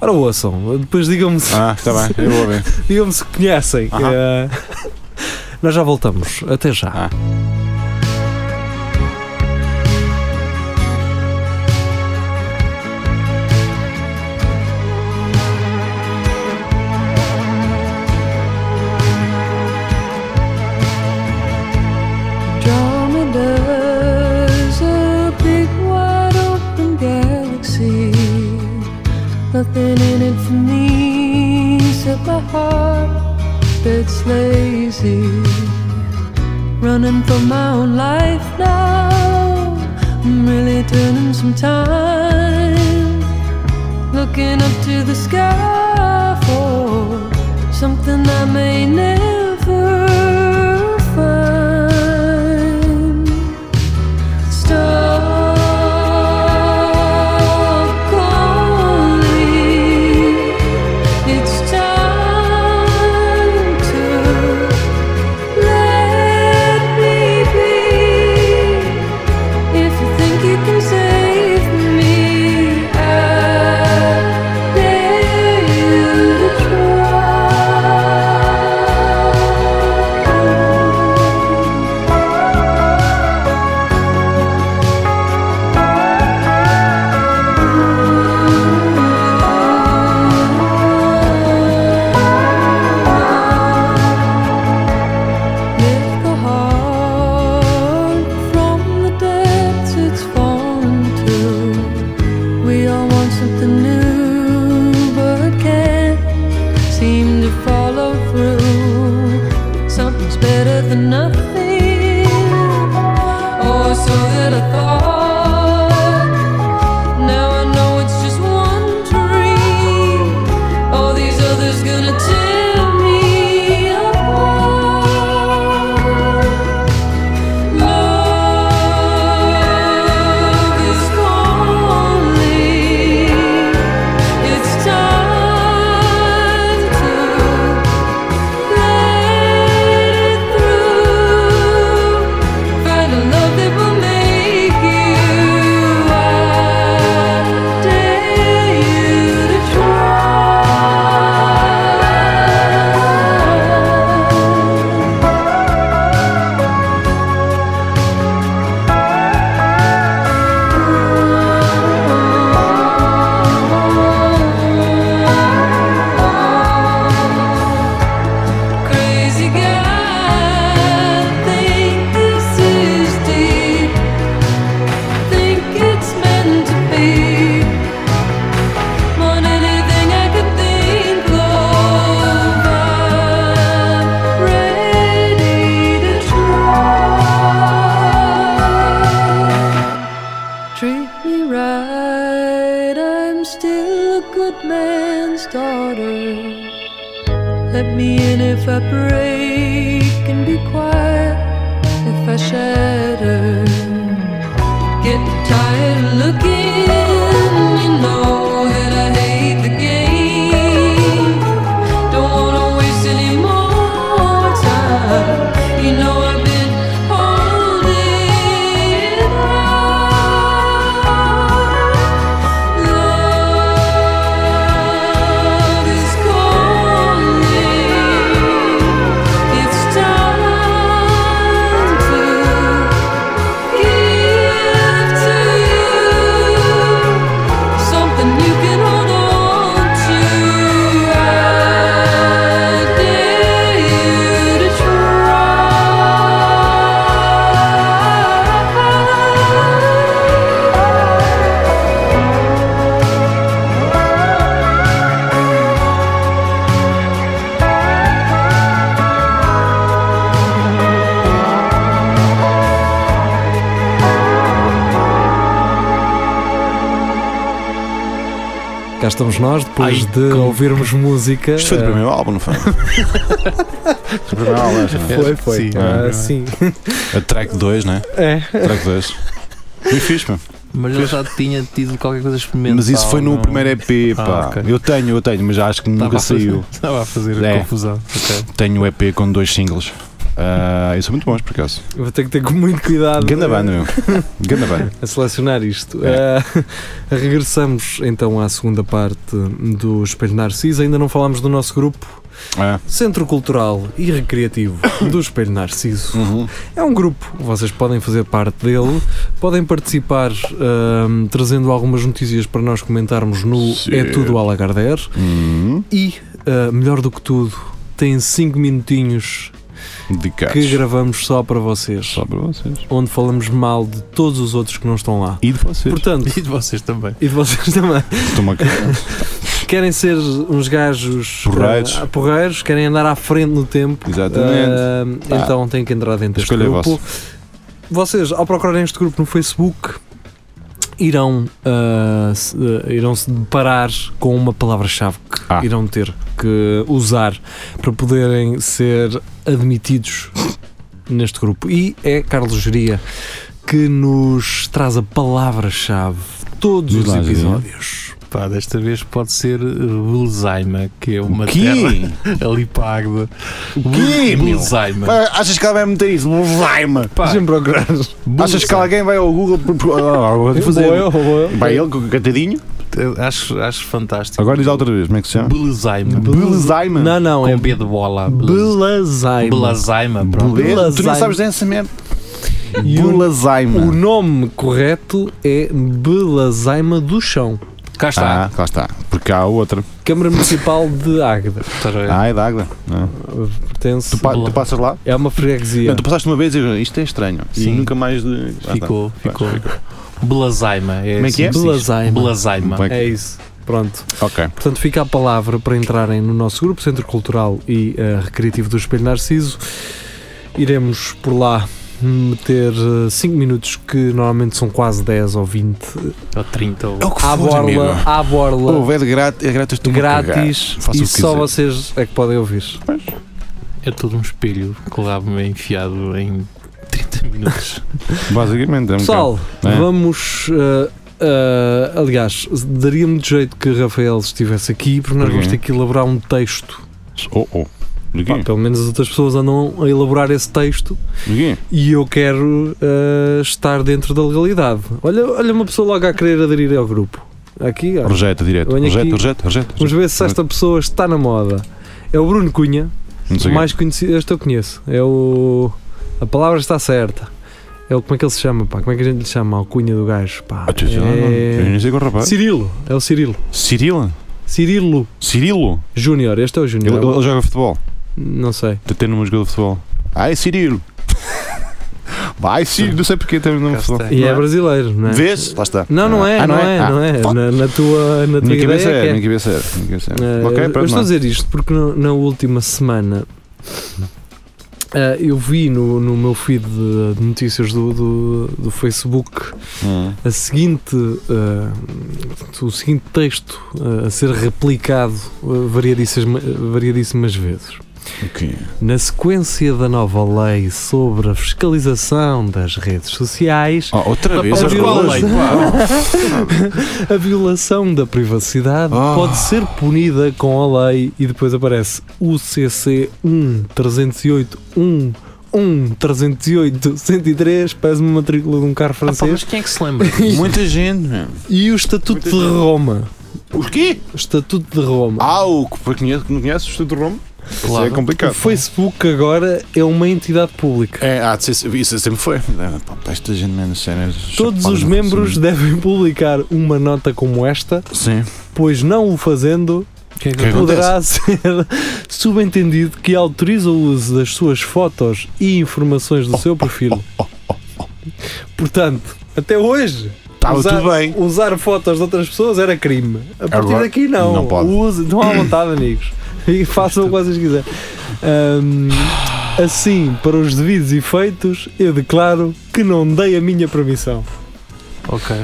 S2: Ora, ouçam, depois digam-me se,
S3: Ah, está bem, eu vou ver.
S2: digam se conhecem.
S3: Aham.
S2: Ah, nós já voltamos. Até já.
S3: Ah.
S7: Andromeda's a big wide open galaxy. Nothing in it for me except my heart that's lazy. Running for my own life now. I'm really turning some time. Looking up to the sky for something I may never find. Stop calling. It's time to let me be. If you think you can save me, I dare you to try. Oh, Let me in if I break and be quiet if I shatter. Get tired of looking, you know that I hate the game. Don't wanna waste any more time. You know I've been holding on. Love is calling. It's time to give to you something you can hold on to. I dare you to try.
S2: Cá estamos nós, depois
S5: Ai,
S2: de
S5: como-
S2: ouvirmos música.
S3: Ah. Isto foi do
S2: eh,
S3: primeiro álbum, não foi? Foi do primeiro álbum, esta, não é?
S2: Foi, foi.
S4: Sim,
S2: Ah,
S4: é.
S2: sim.
S3: A track 2, né?
S2: É.
S3: Track 2. E fiz, meu.
S4: Mas ele já tinha tido qualquer coisa experimental.
S3: Mas isso foi no
S4: não?
S3: primeiro EP, pá.
S4: Ah, ok.
S3: Eu tenho, eu tenho, mas acho que
S4: Estava
S3: nunca
S4: a fazer-
S3: saiu.
S4: Estava a fazer
S3: É.
S4: confusão. ok.
S3: Tenho o EP com dois singles. Ah, isso é muito bons, por acaso.
S2: Eu Vou ter que ter muito cuidado.
S3: Ganda banda, meu. Ganda banda.
S2: a selecionar isto.
S3: É.
S2: Ah, regressamos então à segunda parte do Espelho Narciso. Ainda não falámos do nosso grupo
S3: Ah,
S2: Centro Cultural e Recreativo do Espelho Narciso.
S3: uhum.
S2: É um grupo, vocês podem fazer parte dele, podem participar ahm, trazendo algumas notícias para nós comentarmos no
S3: Sim.
S2: É Tudo Alagarder.
S3: Uhum.
S2: E, ah, melhor do que tudo, tem 5 minutinhos
S3: Dedicados.
S2: que gravamos só para vocês,
S3: Só para vocês.
S2: onde falamos mal de todos os outros que não estão lá.
S3: E de vocês.
S2: Portanto,
S4: E de vocês também.
S2: e de vocês também.
S3: Estou-me a cagar.
S2: Querem ser uns gajos
S3: Porreiros.
S2: ah, porreiros, querem andar à frente no tempo.
S3: Exatamente.
S2: Ah,
S3: Pá.
S2: então têm que entrar dentro deste
S3: Escolha
S2: grupo. Vocês, ao procurarem este grupo no Facebook, irão ah, se- ah, irão se deparar com uma palavra-chave que
S3: Ah.
S2: irão ter que usar para poderem ser admitidos neste grupo. E é Carlos Geria que nos traz a palavra-chave de todos
S3: Diz
S2: os
S3: lá, Jeria.
S2: episódios.
S4: Pá, desta vez pode ser Bulzaima, que é uma terra
S3: Que?
S4: ali para a Águeda.
S3: Ah, quê, meu?
S4: Bulzaima.
S3: Pá, Achas que ela vai meter isso? Vai-me.
S4: Pá,
S2: Deixa-me procurar.
S3: Achas que alguém vai ao Google por- por- ah, vou
S2: Vou
S3: fazer?
S2: eu, vou eu.
S3: Vai ele com o cantadinho?
S4: Acho, acho fantástico.
S3: Agora diz lá outra vez, como é que se chama?
S4: Bulzaima.
S3: Belezaiman.
S2: Não, é não, é
S4: Com B de bola.
S2: Belazaima.
S4: Belazaima, pronto.
S3: Beleza? Tu
S2: Belezaiman.
S3: não sabes dessa merda?
S2: E o- O
S3: Bulazaima.
S2: nome correto é Belazaima do Chão,
S4: Cá está.
S3: Ah, lá está. Porque há outra.
S2: Câmara Municipal de Águeda.
S4: Estás a ver?
S3: Ah, é da água. Não.
S2: Pertence.
S3: Tu, pa- tu
S4: Bula-
S3: passas lá?
S2: É uma freguesia.
S3: Não, tu passaste uma vez e eu, isto é estranho. E
S4: Sim.
S3: nunca mais de... Ah, tá. Lá está.
S4: Ficou, ficou. Belazaima. É
S3: Como é que é?
S4: assim se diz.
S2: Belazaima.
S4: Belazaima.
S3: Como é que-
S2: É isso. Pronto.
S3: Ok.
S2: Portanto, fica a palavra para entrarem no nosso grupo Centro Cultural e eh, Recreativo do Espelho Narciso. Iremos por lá meter 5 minutos que normalmente são quase 10 ou 20
S4: Ou 30 ou...
S3: É o que
S2: à
S3: for, amigo.
S2: borla, à borla
S3: Ouve, é de grátis, é grátis tu
S2: grátis
S3: Faça o
S2: e
S3: que
S2: só
S3: quiser.
S2: vocês é que podem ouvir.
S4: É todo um espelho que levava-me enfiado em 30 minutos.
S3: Basicamente, é um
S2: Pessoal,
S3: É.
S2: vamos. ah, ah, aliás, daria muito jeito que Rafael estivesse aqui, porque nós
S3: Porquê?
S2: vamos ter que elaborar um texto.
S3: bocado. Oh, oh. Do
S2: Pá,
S3: quê?
S2: pelo menos as outras pessoas andam a elaborar esse texto
S3: Do quê?
S2: e eu quero ah, estar dentro da legalidade. Olha, olha uma pessoa logo a querer aderir ao grupo. Aqui, olha.
S3: Rejeita direto.
S2: Tá. Venho
S3: Rejeita,
S2: aqui.
S3: rejeita, rejeita.
S2: vamos ver se esta pessoa está na moda. É o Bruno Cunha,
S3: Não sei o quê.
S2: mais conhecido, este eu conheço. É o. A palavra está certa. É o. Como é que ele se chama? Pá? Como é que a gente lhe chama? A alcunha do gajo. Pá.
S3: Ah, tu sei lá, não.
S2: É-
S3: Eu nem sei qual rapaz.
S2: Cirilo, é o Cirilo.
S3: Cirila?
S2: Cirilo
S3: Cirilo?
S2: Júnior, este é o
S3: Ele,
S2: Júnior.
S3: ele joga futebol.
S2: Não sei.
S3: Até numa jogada de futebol. Ai, Cirilo! Vai, Cirilo! Não sei porque tem o nome de futebol.
S2: E é brasileiro, não é?
S3: Vês? Lá está.
S2: Não, não é,
S3: Ah,
S2: não, é,
S3: Ah,
S2: não é.
S3: fuck.
S2: Na, na tua, na tua
S3: Minha
S2: ideia
S3: cabeça
S2: é
S3: é,
S2: que
S3: minha cabeça é. Minha cabeça
S2: é.
S3: é.
S2: Eh,
S3: Ok,
S2: eu
S3: pronto.
S2: estou a
S3: não.
S2: dizer isto porque no- na última semana Ah, eu vi no, no meu feed de, de notícias do, do, do Facebook
S3: Hum.
S2: a seguinte, ah, o seguinte texto ah, a ser replicado ah, variadíssimas, variadíssimas vezes.
S3: O quê?
S2: Na sequência da nova lei sobre a fiscalização das redes sociais,
S3: Ah, outra vez,
S4: é
S2: Mas
S3: as
S2: qual
S3: bolas,
S2: lei?
S3: pá.
S2: a violação da privacidade
S3: Ah.
S2: pode ser punida com a lei e depois aparece UCC 1 308 1 1 308 103, parece uma matrícula de um carro
S4: Ah, pá,
S2: francês
S4: mas quem é que se lembra?
S3: Muita gente, meu.
S2: e o Estatuto de Roma.
S3: O quê?
S2: O Estatuto de Roma.
S3: Ah, o que porque conheço- não conheces o Estudo de Roma? Isso é
S4: Claro.
S2: o
S3: complicado.
S2: Facebook agora é uma entidade pública.
S3: É, ah, de ser- isso sempre foi. É, pá, pá, Esta gente, menos sério.
S2: Todos
S3: chapado,
S2: os
S3: não
S2: membros
S3: consigo.
S2: devem publicar uma nota como esta,
S3: Sim.
S2: pois não o fazendo,
S4: Quem é que
S3: Que-
S2: poderá ser subentendido que autoriza o uso das suas fotos e informações do seu perfil. Portanto, até hoje.
S3: Estava
S2: usar,
S3: Tá tudo bem.
S2: usar fotos de outras pessoas era crime. A partir
S3: Agora,
S2: daqui não.
S3: não pode.
S2: Use, não há vontade, amigos. E façam o que vocês quiserem. Ahm, assim, para os devidos efeitos, eu declaro que não dei a minha permissão.
S4: Ok.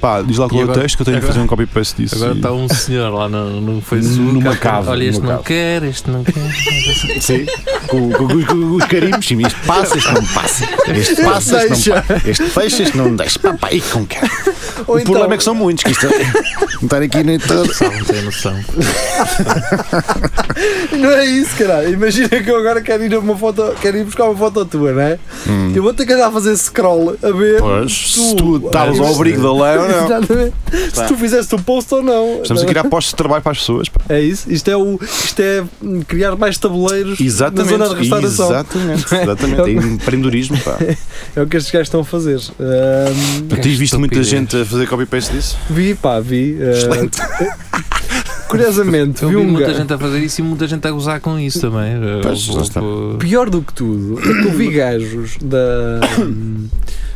S3: Pá, diz lá qual é
S4: E
S3: o
S4: agora-
S3: texto que eu tenho que
S4: agora-
S3: fazer um copy-paste disso.
S4: Agora
S3: e-
S4: está um senhor lá no, no Facebook.
S3: Numa
S4: Ah,
S3: cave,
S4: Olha, este
S3: numa
S4: não
S3: cave.
S4: quer, este não quer.
S3: Sim, com, com- com- com os carimbos, sim, este passa, este não passa. Este passa, este não passa. Este fecha, este não deixa. Pá, pá, e com cara.
S2: Ou
S3: o
S2: então-
S3: problema é que são muitos, que isto é. Não estar aqui nem todo.
S4: Tá, Não tem noção.
S2: Não é isso, caralho. Imagina que eu agora quero ir, a uma foto, quero ir buscar uma foto tua, não é? Eu vou ter que andar a fazer scroll a ver.
S3: Hum. Pois, se tu estavas ao abrigo da
S4: É
S3: lei ou não.
S2: Exatamente.
S4: Tá.
S2: Se tu fizeste o post ou não.
S3: Estamos a criar postos de trabalho para as pessoas. pá.
S2: É isso? Isto é, o, isto é hum, criar mais tabuleiros na zona de restauração.
S3: Exatamente. Exatamente. É empreendedorismo, pá.
S2: É o que estes gajos estão a fazer. Ahm,
S3: Tu tens visto muita
S4: estupidez.
S3: gente a fazer copy-paste disso?
S2: vi, pá, vi. ah,
S3: Excelente.
S2: Curiosamente,
S4: Eu
S2: vi
S4: vi
S2: um
S4: muita
S2: gajo.
S4: gente a fazer isso e muita gente a gozar com isso também. Eu-
S3: Pois, lá está.
S4: eu-
S2: Pior do que tudo, é que eu vi gajos da.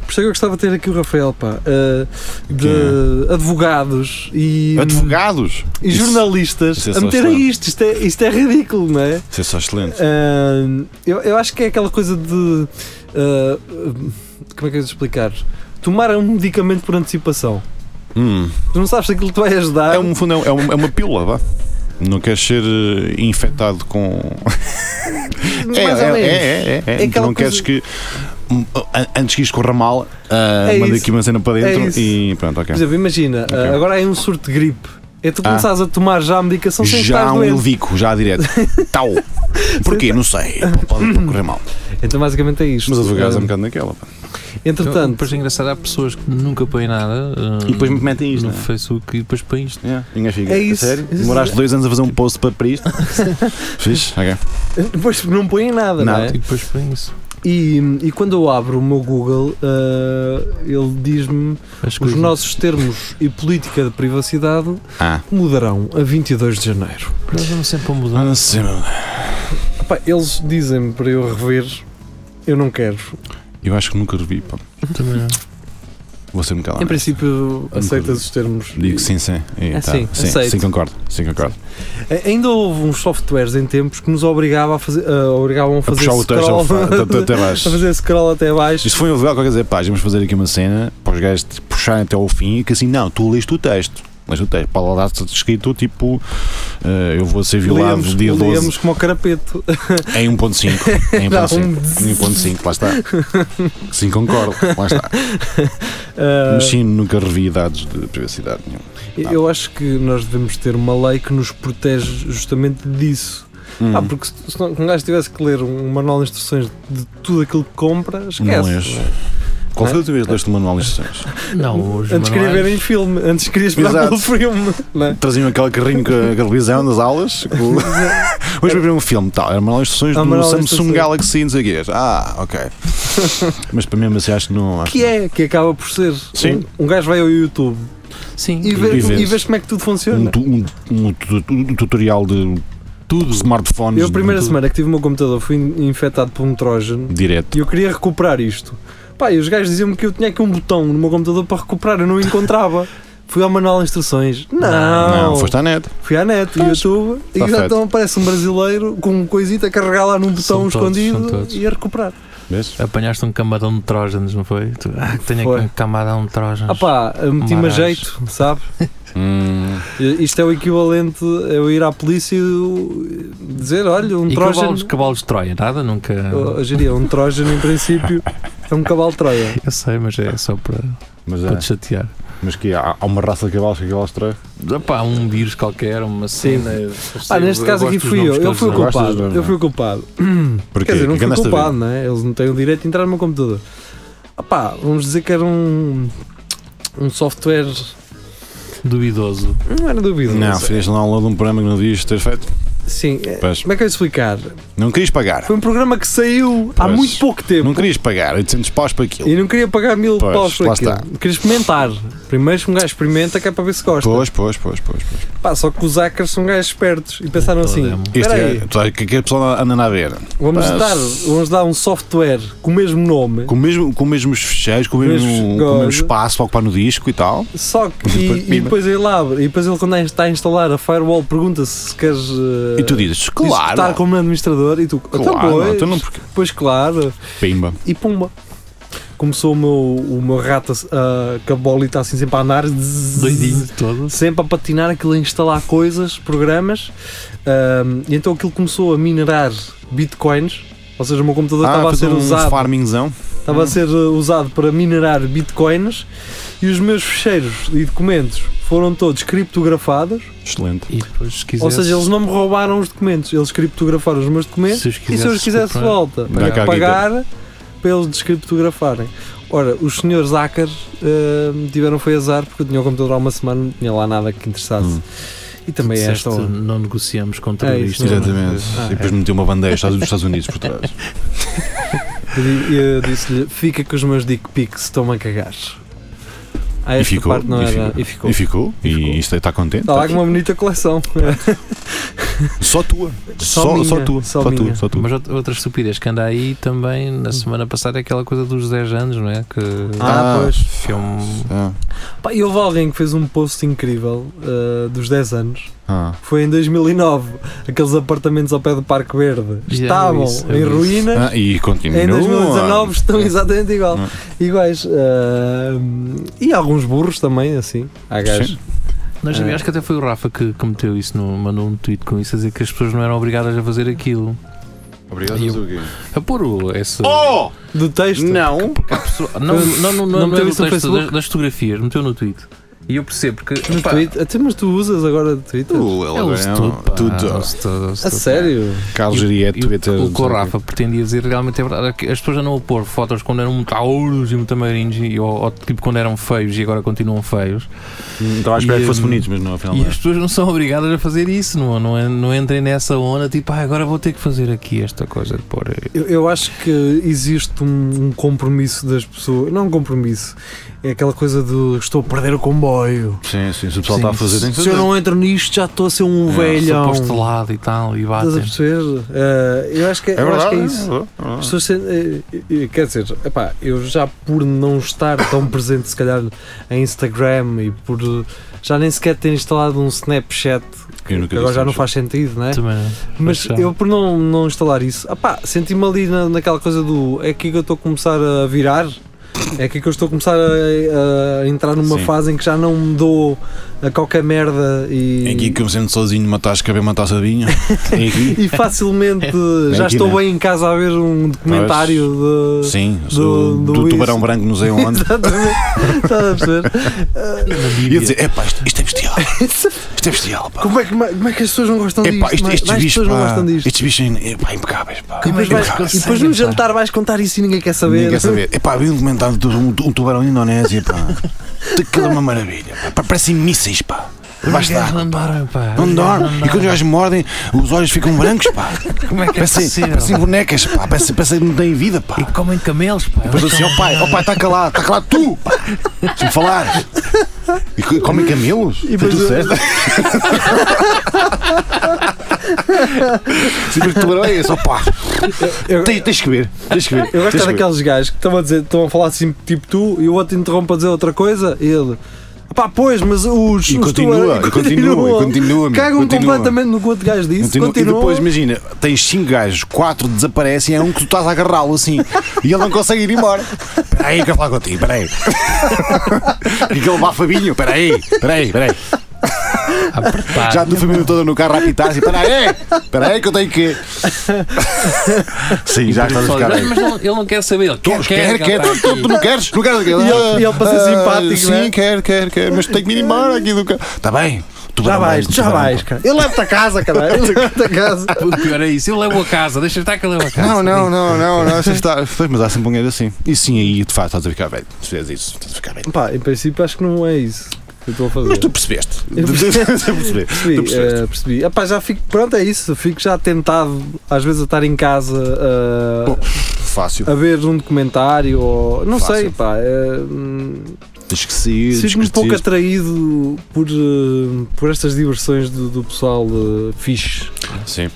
S2: Por isso é que eu gostava de ter aqui o Rafael, pá. ah, de advogados e. um
S3: Advogados.
S2: e
S3: é? Isso-
S2: jornalistas
S3: isso é
S2: a
S3: só
S2: meterem
S3: excelente.
S2: isto. Isto é, isto é ridículo, não é?
S3: Isso é só excelente.
S2: Ahn, eu, eu acho que é aquela coisa de. ah, como é que eu ia explicar? Tomar um medicamento por antecipação.
S3: Hum.
S2: Tu não sabes se aquilo te vai ajudar.
S3: É, um, no fundo, é, um- é uma, é uma pílula, vá. Não queres ser eh, infectado com.
S2: mais
S3: É,
S2: ou
S3: é,
S2: menos.
S3: é, é,
S2: É
S3: é.
S2: aquela
S3: Não queres
S2: coisa-
S3: que. hum, an- Antes que isto corra mal, ah,
S2: É
S3: manda
S2: isso.
S3: aqui uma cena para
S2: É
S3: dentro
S2: isso.
S3: e pronto,
S2: Por
S3: ok.
S2: exemplo, imagina,
S3: Ok.
S2: ah, agora é um surto de gripe. É tu
S3: Ah.
S2: começares a tomar já a medicação sem
S3: Já
S2: estar
S3: um
S2: doente.
S3: elvico, já direto. Tal. Porquê? Não sei. Pode correr mal.
S2: Então basicamente é isto.
S3: Mas advogados
S2: Ah,
S3: é um bocado Então, naquela. pá.
S4: Portanto,
S2: Entretanto,
S4: depois é engraçado, há pessoas que nunca põem nada eh,
S3: E depois me metem isto.
S4: no
S3: não é?
S4: Facebook e depois põem isto.
S3: Yeah. Ninguém fica.
S2: É
S3: "A
S2: isso.
S3: Sério?
S2: Isso.
S3: Demoraste dois anos a fazer um post para para isto? Fixe? Ok.
S2: depois não põem nada, não,
S3: Nada.
S2: é?
S4: né? E depois põem isso.
S2: E, e quando eu abro o meu Google, ah, ele diz-me
S4: As
S2: os
S4: coisas.
S2: nossos termos e política de privacidade
S3: Ah.
S2: mudarão a 22 de janeiro.
S4: Nós vamos sempre a mudar.
S3: Não sei, meu.
S2: Pá, eles dizem-me para eu rever, eu não quero.
S3: Ah, Eu acho que nunca revi. pá.
S4: Também não.
S3: Vou ser um bocado.
S2: Em
S3: honesto.
S2: princípio, aceitas os termos.
S3: Digo sim, sim. E,
S2: É,
S3: tá.
S2: sim, aceito.
S3: sim, sim, concordo. Sim, concordo.
S2: A- Ainda houve uns softwares em tempos que nos obrigava a fazer, ah, obrigavam a
S3: a
S2: fazer
S3: puxar o texto
S2: scroll,
S3: ao fa- até- até baixo.
S2: a fazer scroll até baixo.
S3: Isto foi um legal qualquer dizer, pá, vamos fazer aqui uma cena para os gajos te puxarem até ao fim e que assim, não, tu leste o texto. Leste o texto. Para lá está escrito tipo, eh, eu vou ser violado
S2: Líamos,
S3: dia 12
S2: líamos como o carapeto.
S3: em 1.5. Em
S2: Não,
S3: 1.5. Em 1.5, lá está. Sim, concordo, lá está.
S2: Ah,
S3: Mas sim, nunca revi dados de privacidade nenhuma.
S2: eu acho que nós devemos ter uma lei que nos protege justamente disso. Ah,
S3: Hum,
S2: porque se, se não- um gajo tivesse que ler um manual de instruções de tudo aquilo que compra, esquece. é?
S3: não lês. Qual foi a última vez que leste o manual de instruções?
S4: Não, os
S2: Antes queria ver em
S4: manuais,
S2: filme, antes queria esperar
S3: Exato.
S2: pelo filme. Não é?
S3: Traziam aquele carrinho com a televisão nas aulas. com- Hoje vou ver um filme, tal. Era manual de instruções
S2: Ah,
S3: do
S2: manual de
S3: Samsung
S2: instruções.
S3: Galaxy, não sei o quê. Ah, ok. Mas para mim, mas eu acho que não. Acho
S2: Que é, que acaba por ser.
S3: Sim.
S2: Um, um gajo vai ao YouTube
S4: Sim,
S2: e vê,
S3: E vês.
S2: e vês como é que tudo
S3: Um,
S2: funciona.
S3: tu- um- um tu- um tutorial de tudo smartphones
S2: Eu, a primeira
S3: de-
S2: semana que tive o meu computador, fui in- infectado por um Trojan
S3: direto.
S2: e eu queria recuperar isto. Pá, e os gajos diziam-me que eu tinha aqui um botão no meu computador para recuperar, eu não encontrava. Fui ao manual de instruções. Não,
S3: Não, foste à net.
S2: fui à net, YouTube, e
S3: tá feito.
S2: então aparece um brasileiro com um coisito a carregar lá num botão
S4: São todos,
S2: escondido
S4: são todos.
S2: e a recuperar.
S3: Vês?
S4: Apanhaste um camarão de trógenos, não foi? Tu, ah, tenho
S2: Foi.
S4: aqui um camarão de trógenos.
S2: Ah pá, meti-me a
S4: Marás.
S2: jeito, sabe?
S3: Hum,
S2: Isto é o equivalente a eu ir à polícia e dizer, olha, um
S4: e
S2: trógeno...
S4: cavalos, cavalos de Troia, nada? Nunca.
S2: Eu diria, um trógeno em princípio é um cavalo de Troia.
S4: Eu sei, mas é só para,
S3: mas,
S4: para
S3: é,
S4: te chatear.
S3: mas que há, há uma raça de cavalos que cavalos traz.
S4: Ah, pá, um vírus qualquer, uma cena. eu
S2: Ah,
S4: sei,
S2: neste
S4: eu
S2: caso
S4: gosto
S2: aqui
S4: dos
S2: fui eu,
S4: nomes
S2: eu
S4: todos,
S2: fui o
S4: não é?
S3: Gostas
S2: culpado,
S3: dos nomes,
S2: eu fui o culpado.
S3: Porquê?
S2: Quer dizer, não
S3: Que
S2: fui
S3: andaste a ver?
S2: culpado, não é? Eles não têm o direito de entrar no meu computador. Ah pá, vamos dizer que era um, um software,
S4: Duvidoso.
S2: não era duvido.
S3: Não, fizeste lá um lado de um programa que não devias ter feito.
S2: Sim, é-
S3: Pois.
S2: como é que eu ia explicar?
S3: Não querias pagar.
S2: Foi um programa que saiu há
S3: Pois.
S2: muito pouco tempo.
S3: Não querias pagar 800 paus para aquilo.
S2: E não queria pagar mil
S3: Pois,
S2: paus por
S3: lá
S2: aquilo.
S3: está.
S2: Queria experimentar. Primeiro que um gajo experimenta que é para ver se gosta.
S3: Pois, pois, pois, pois. pois.
S2: Pá, só que os hackers são gajos espertos e pensaram
S4: Não,
S2: assim:
S4: todo é-
S3: Este
S2: espera aí,
S3: é, tu sabes que que a pessoa anda na beira.
S2: vamos,
S3: Pá,
S2: dar, vamos dar um software com o mesmo nome,
S3: Com, o mesmo, com os mesmos fecheiros, com o mesmo,
S2: Mesmos
S3: com o mesmo
S2: gozo.
S3: espaço para ocupar no disco e tal.
S2: só que e, e depois ele abre, e depois ele quando está a instalar a firewall pergunta-se se queres eh,
S3: E tu dizes,
S2: disputar
S3: claro.
S2: como administrador e tu, claro,
S3: Claro,
S2: pois,
S3: então não porque.
S2: pois claro,
S3: Pimba.
S2: e pumba. Começou o meu, o meu rato a, a, com a bolita assim sempre a andar, zzz,
S4: Doidinho todo.
S2: sempre a patinar aquilo a instalar coisas, programas, ahm, e então aquilo começou a minerar bitcoins, ou seja, o meu computador
S3: Ah,
S2: estava a
S3: fazer
S2: ser
S3: um
S2: usado,
S3: farmingzão.
S2: estava a ser uh, usado para minerar bitcoins e os meus fecheiros e documentos foram todos criptografados,
S3: Excelente.
S4: E depois, se
S2: ou
S4: quiseres,
S2: seja, eles não me roubaram os documentos, eles criptografaram os meus documentos
S4: se os
S2: e se eu os quisesse de volta,
S3: Dá cá a
S2: pagar para eles descriptografarem. Ora, os senhores hackers ahm, tiveram foi azar porque eu tinha o computador há uma semana, não tinha lá nada que interessasse.
S3: Hum.
S2: E também é
S4: Disseste,
S2: esta hora.
S4: não negociamos com
S2: É isso,
S4: terroristas.
S3: Exatamente.
S2: Ah,
S3: e depois meteu uma bandeira dos Estados Unidos por trás.
S2: Eu di- Eu disse-lhe, fica com os meus dick pics, estão-me a cagar. Ah,
S3: E
S2: esta
S3: ficou,
S2: parte não
S3: e
S2: era.
S3: ficou.
S2: E ficou.
S3: E ficou. E,
S2: ficou.
S3: isto está contente.
S2: Está lá com uma bonita coleção.
S3: Só tua.
S2: Só
S3: Só,
S2: minha,
S3: só tua.
S2: só
S3: Só,
S2: minha.
S3: tu. Só tu.
S4: Mas out- outra estupidez que anda aí também na semana passada é aquela coisa dos 10 anos, não é? Que um
S2: Ah,
S3: Ah.
S2: pois.
S4: filme.
S3: Ah,
S2: Pá, e houve alguém que fez um post incrível ah, dos 10 anos.
S3: ah.
S2: Foi em 2009. Aqueles apartamentos ao pé do Parque Verde
S4: Já
S2: estavam
S4: vi isso, já
S2: em
S4: vi isso.
S2: ruínas.
S3: Ah, e continua.
S2: Em 2019 estão exatamente igual,
S3: Não.
S2: iguais. Ahm, e alguns burros também, assim. Há gajos.
S4: Mas
S2: Ah.
S4: acho que até foi o Rafa que, que meteu isso, no, mandou um tweet com isso a dizer que as pessoas não eram obrigadas a fazer aquilo.
S3: Obrigado,
S4: E eu-
S3: Suzuki.
S4: A pôr o. Esse,
S3: Oh!
S2: Do texto.
S3: Não!
S4: porque a pessoa- não, não, não,
S2: Não
S4: não, não,
S2: meteu
S4: é no
S2: isso no
S4: texto
S2: Facebook?
S4: das, das fotografias, meteu no tweet. E eu percebo que.
S2: No
S4: pá,
S2: Twitter. Até mas tu usas agora Twitter?
S3: Tu, ele
S4: Eu
S3: agora
S4: uso
S3: é um-
S4: tudo, pá, tá,
S3: tudo.
S4: uso tudo, uso
S2: A é
S4: tudo.
S2: sério?
S3: Carlos Geria,
S4: E o-
S3: Twitter.
S4: O que o
S3: não sei
S4: Rafa pretendia dizer realmente é verdade. é que As pessoas andam a pôr fotos quando eram muito auros e muito magrinhos, e, ou, ou tipo quando eram feios e agora continuam feios.
S3: Hum, Estava à espera
S4: E,
S3: que fosse
S4: hum,
S3: bonitos, mas não, afinal
S4: e
S3: não. é.
S4: as pessoas não são obrigadas a fazer isso, não, não, en- não entrem nessa onda tipo, ah, agora vou ter que fazer aqui esta coisa de pôr. eh,
S2: Eu, eu acho que existe um, um compromisso das pessoas. Não um compromisso. É aquela coisa de estou a perder o comboio.
S3: Sim, sim, se o pessoal está a fazer, tem que
S2: Se
S3: fazer.
S2: eu não entro nisto, já estou a ser um
S3: É,
S2: velhão.
S4: Posto de lado e tal, e
S2: Estás a
S4: batem.
S2: perceber? Ah, eu acho que,
S3: É
S2: eu acho que
S3: verdade,
S2: é isso.
S3: é verdade.
S2: As pessoas sentem- eh, eh, quer dizer, epá, eu já por não estar tão presente, se calhar, em Instagram e por eh, já nem sequer ter instalado um Snapchat,
S3: Eu nunca
S2: que agora
S3: disse
S2: já não
S3: Snapchat.
S2: faz sentido, né?
S4: Também não.
S2: Mas
S4: já.
S2: eu por não, não instalar isso, epá, senti-me ali na, naquela coisa do é aqui que eu estou a começar a virar. É aqui que eu estou a começar a, a entrar numa
S3: Sim.
S2: fase em que já não me dou a qualquer merda e,
S3: É aqui que eu me sento sozinho numa tasca a beber uma taça de vinho. É aqui.
S2: e facilmente já
S3: aqui,
S2: estou
S3: né?
S2: bem em casa a ver um documentário de,
S3: Sim, sou
S2: do
S3: do,
S2: Luís.
S3: tubarão branco, não sei onde.
S2: Exatamente. Estás a Tá perceber?
S3: e eu dizer, epá, isto, isto é bestial. Isto é bestial, pá.
S2: Como é, que, como é que as pessoas não gostam
S3: Epá,
S2: disto?
S3: isto,
S2: mais-
S3: estes
S2: mais
S3: bichos,
S2: pessoas não
S3: pá,
S2: gostam disto.
S3: estes bichos são epá, impecáveis, pá.
S2: E depois, vais-
S4: Nunca
S2: e depois no
S4: sabem,
S2: jantar vais contar isso e ninguém quer saber.
S3: Ninguém quer saber. Epá, vi um documentário de um, um tubarão na Indonésia, pá. Aquilo é uma maravilha, pá. pá. Parecem mísseis, pá. Debaixo
S4: Ninguém
S3: d'água.
S4: "Ah, Não dorme, pá.
S3: Não dorme. E quando os
S4: dorme.
S3: gajos mordem, os olhos ficam brancos, pá.
S4: Como é que é
S3: Parecem,
S4: possível?
S3: parecem bonecas, pá. Parecem, parecem que não têm vida, pá.
S4: E comem camelos, pá.
S3: Depois eu assim, ó pai, ó pai, está calado, está calado tu! pá. Deixa-me falar! E co- comem camelos? E
S2: depois
S3: tu
S2: eu-
S3: disseste? Sim, mas tu é esse, ó pá!
S2: Eu,
S3: Tens, tens que ver, tens que ver.
S2: eu gosto é
S3: tens que ver.
S2: daqueles gajos que estão a, dizer, estão a falar assim, tipo tu, e o outro interrompe a dizer outra coisa, e ele. Pá, pois, mas os.
S3: E
S2: os
S3: continua,
S2: tubarões
S3: e continua, e continua. meu,
S2: Cagam
S3: continua.
S2: completamente no que o outro gajo disse.
S3: Continua.
S2: Continua.
S3: E depois, imagina, tens 5 gajos, 4 desaparecem, é um que tu estás a agarrá-lo assim e ele não consegue ir embora. Espera aí, eu quero falar contigo, espera aí. E aquele bafabinho, espera aí, espera aí, espera aí.
S2: Ah.
S4: Apertado.
S3: Já a tua família toda no carro a apitar assim, espera aí, espera aí que eu tenho que. Sim, já estás a
S4: Só-
S3: ficar aí.
S4: Mas ele, ele não quer saber. Ele quer,
S3: Quer, quer,
S4: que ele
S3: quer,
S4: tá
S3: tu, tu- tu
S4: aqui.
S3: não queres? Não queres aquilo?
S2: E ele- e ele para ser simpático,
S3: Sim,
S2: né?
S3: quer, quer, quer, mas tenho que me ir embora aqui do carro. Está bem, tu um
S2: Já vais, já vais, cara. Eu levo-te a casa, cara. Eu levo-te é a casa.
S4: O pior é isso. Eu levo a casa. Deixa eu estar que eu levo a casa.
S3: Não, não, não, não, não, você está. Pois, mas há sempre um gajo assim. E sim, aí de facto estás a ficar velho. Se fizeres isso, estás a ficar velho.
S2: Pá, em princípio acho que não é isso que eu estou a fazer.
S3: Mas tu percebeste.
S2: Eu
S3: Tu
S2: percebi.
S3: percebeste. Tu
S2: Percebi,
S3: percebeste.
S2: eh, percebi. Ah, pá, já fico, pronto, é isso. Fico já tentado, às vezes, a estar em casa eh,
S3: é. Fácil.
S2: a ver um documentário ou. Não
S3: Fácil.
S2: sei, pá. eh, hum,
S3: Tens que sair,
S2: Sinto-me um
S3: discutir.
S2: pouco atraído por, eh, por estas diversões do, do pessoal eh, fixe.
S3: Sim.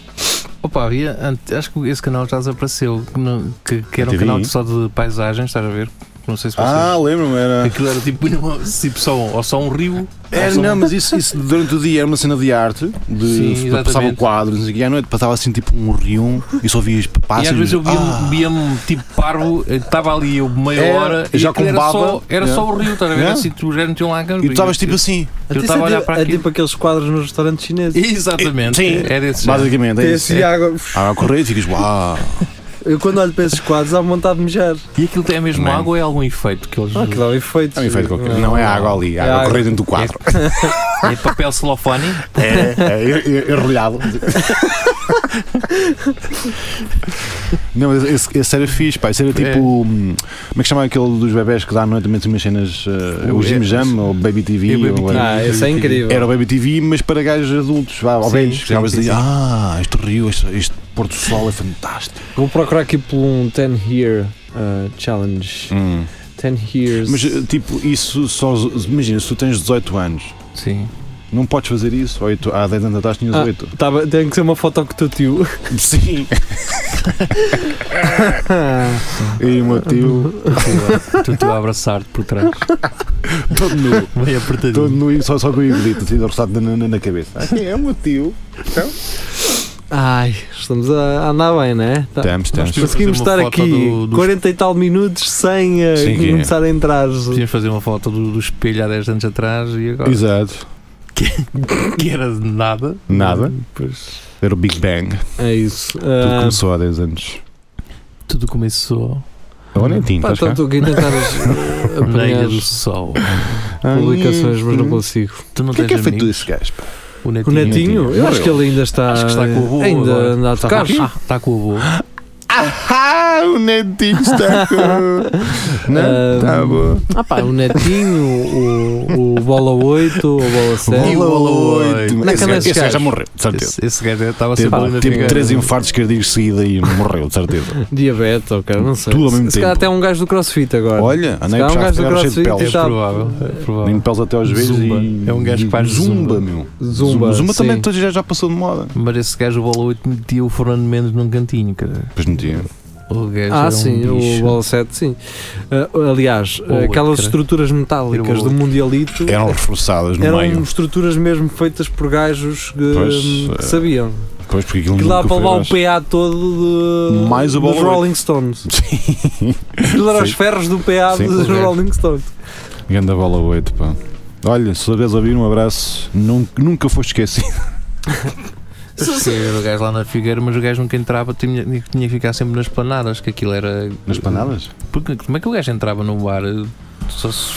S4: Opa, havia, ante- acho que esse canal já desapareceu. Que, não- que- que era um
S3: MTV?
S4: canal só de paisagens, estás a ver? Não sei se vocês.
S3: Ah, lembro-me, era.
S4: Aquilo era tipo, tipo só, um- ou só um rio.
S3: Era, não, mas isso, isso durante o dia era uma cena de arte,
S4: Sim,
S3: de
S4: exatamente.
S3: passava quadros e à noite passava assim tipo um rio e só vias pássaros.
S4: E às vezes eu via-me
S3: Ah.
S4: via-me, tipo parvo, eh, estava ali eu meia
S3: Era,
S4: hora
S3: e já
S4: aquilo
S3: com
S4: era
S3: baba.
S4: Só, era
S3: Yeah.
S4: só o rio, estás a ver?
S3: Yeah.
S4: Assim, tu já não tinha lá a
S3: E tu estavas tipo assim,
S4: Eu
S2: Até
S4: estava a
S2: isso é
S4: olhar
S2: tipo-
S4: para
S2: é
S4: aquilo.
S2: tipo aqueles quadros nos restaurantes chineses.
S4: Exatamente.
S3: Sim.
S4: É desse género.
S3: basicamente. É isso.
S2: Esse água.
S3: Ah, a correr e ficas, uau. é
S2: Eu quando olho para esses quadros há vontade de mijar.
S4: E aquilo tem a mesma
S3: Man.
S4: água ou é algum efeito que eles.
S2: Ah, que dá um efeito.
S3: É um efeito qualquer.
S2: Não.
S3: Não é água ali, é
S2: É
S3: água
S2: água.
S3: correr dentro do quadro.
S4: É papel celofane.
S3: É, é, é enrolhado. Não, mas esse, esse era fixe, pá. Esse era tipo.
S4: É.
S3: hum, Como é que chama aquele dos bebés que dá à noite também umas cenas. eh, o
S4: O-
S3: Jim
S4: é-
S3: Jam ou Baby TV?
S4: É o Baby
S3: ou-
S4: TV.
S2: Ah, esse é incrível.
S3: Era o Baby TV, mas para gajos adultos, vá, ou
S4: Sim,
S3: velhos.
S4: sim,
S3: Chegavas
S4: sim,
S3: ali,
S4: sim.
S3: ah, este rio, este, este pôr do sol é fantástico.
S2: Vou procurar aqui por um 10 Year uh, Challenge.
S3: Hum.
S2: 10 Years.
S3: Mas eh, tipo, isso só. Imagina, se tu tens 18 anos,
S4: Sim.
S3: não podes fazer isso. Ou tu- há 10 anos atrás tinhas
S2: Ah.
S3: 8.
S2: Tá bem, tem que ser uma foto que teu tio.
S3: Sim. e o meu tio,
S4: Tu tu tipo a abraçar-te por trás.
S3: todo nu.
S4: Bem
S3: Todo
S4: apertadinho.
S3: nu e só, só com o iglito, assim, roçado na, na, na cabeça. Aqui é o meu tio.
S2: Ai, estamos a andar bem, né? Tá.
S3: Estamos, estamos.
S4: Podíamos
S2: Conseguimos
S4: fazer
S2: estar
S4: uma
S2: aqui
S4: foto do- dos-
S2: 40 e tal minutos sem eh,
S3: Sim, que é.
S2: começar a entrar.
S4: Podíamos fazer uma foto do, do espelho há 10 anos atrás e agora.
S3: Exato.
S4: Que era de nada.
S3: Nada.
S4: Depois,
S3: Era o Big Bang.
S2: É isso.
S3: Tudo
S2: Ah,
S3: começou há 10 anos.
S4: tudo começou
S3: Ou nem tinha,
S2: pá,
S3: estás cá?
S2: então estou aqui a tentar eh,
S4: na Ilha
S2: apanhar
S4: do Sol.
S2: publicações, mas não
S3: Hum.
S2: consigo.
S4: Tu não
S3: O que é que
S4: tens
S3: é feito
S4: amigos?
S3: desse gajo? pá?
S4: O netinho.
S2: O Netinho, eu acho que ele ainda está.
S4: Acho que está com o avô
S2: Ainda
S4: agora.
S2: anda a
S4: Está
S2: tocar.
S4: com, ah, está com o avô.
S3: Ah, o netinho está com.
S2: Ah,
S3: Não? Tá bom.
S2: Ah pá, o Netinho, o, o Bola 8, o Bola 7.
S4: Bola
S3: Bola
S4: oito.
S3: oito.
S2: Naquela
S3: Esse gajo-
S2: desse
S3: esse gajo já
S2: gajo.
S3: morreu, de certeza.
S4: Esse, esse gajo estava
S3: Teve,
S4: sempre ali na
S3: teve
S4: figura.
S3: Tipo, três infartos cardíacos seguidos e morreu, de certeza.
S2: Diabetes, ou cara, não sei.
S3: Tudo ao mesmo
S2: Se calhar
S3: tempo.
S2: até um gajo do crossfit agora.
S3: Olha, andei
S2: Se
S3: a
S2: calhar um
S3: puxar
S2: gajo do
S3: agora cheio de
S2: CrossFit
S3: peles.
S2: está-
S4: É provável. É
S3: Limpo
S4: provável.
S3: peles até aos vezes
S4: Zumba.
S3: e.
S4: É um gajo que faz
S3: zumba,
S4: zumba.
S3: meu.
S2: Zumba.
S3: Zumba também
S2: sim.
S3: todos já, já passou de moda.
S4: Mas esse gajo, o Bola 8, metia o Fernando Mendes num cantinho, cara.
S3: Pois não tinha.
S4: O gajo
S3: É
S2: Ah,
S4: era
S2: sim,
S4: um
S2: o
S4: bicho.
S2: Bola 7, sim. Ah, aliás,
S4: Bola,
S2: aquelas
S4: cara.
S2: estruturas metálicas
S4: Era
S2: do
S4: bola.
S2: Mundialito
S3: Eram reforçadas no
S2: É. eram
S3: meio.
S2: estruturas mesmo feitas por gajos que,
S3: Pois,
S2: hum, que
S3: eh,
S2: sabiam.
S3: Pois porque aquilo
S2: Que
S3: nunca
S2: dá para
S3: foi
S2: lá o
S3: abaixo.
S2: PA todo de,
S3: Mais o
S2: dos
S3: Bola oito.
S2: Rolling Stones.
S3: Sim,
S2: Aquilo era os
S3: Sim.
S2: ferros do PA
S3: Sim.
S2: dos Rolling Stones.
S3: Ganda bola 8, pá. Olha, se souberes ouvir, um abraço. Nunca, nunca foste esquecido.
S4: Sim, era o gajo lá na Figueira, mas o gajo nunca entrava, tinha, tinha que ficar sempre nas planadas, que aquilo era. Porque como é que o gajo entrava no bar? Só se-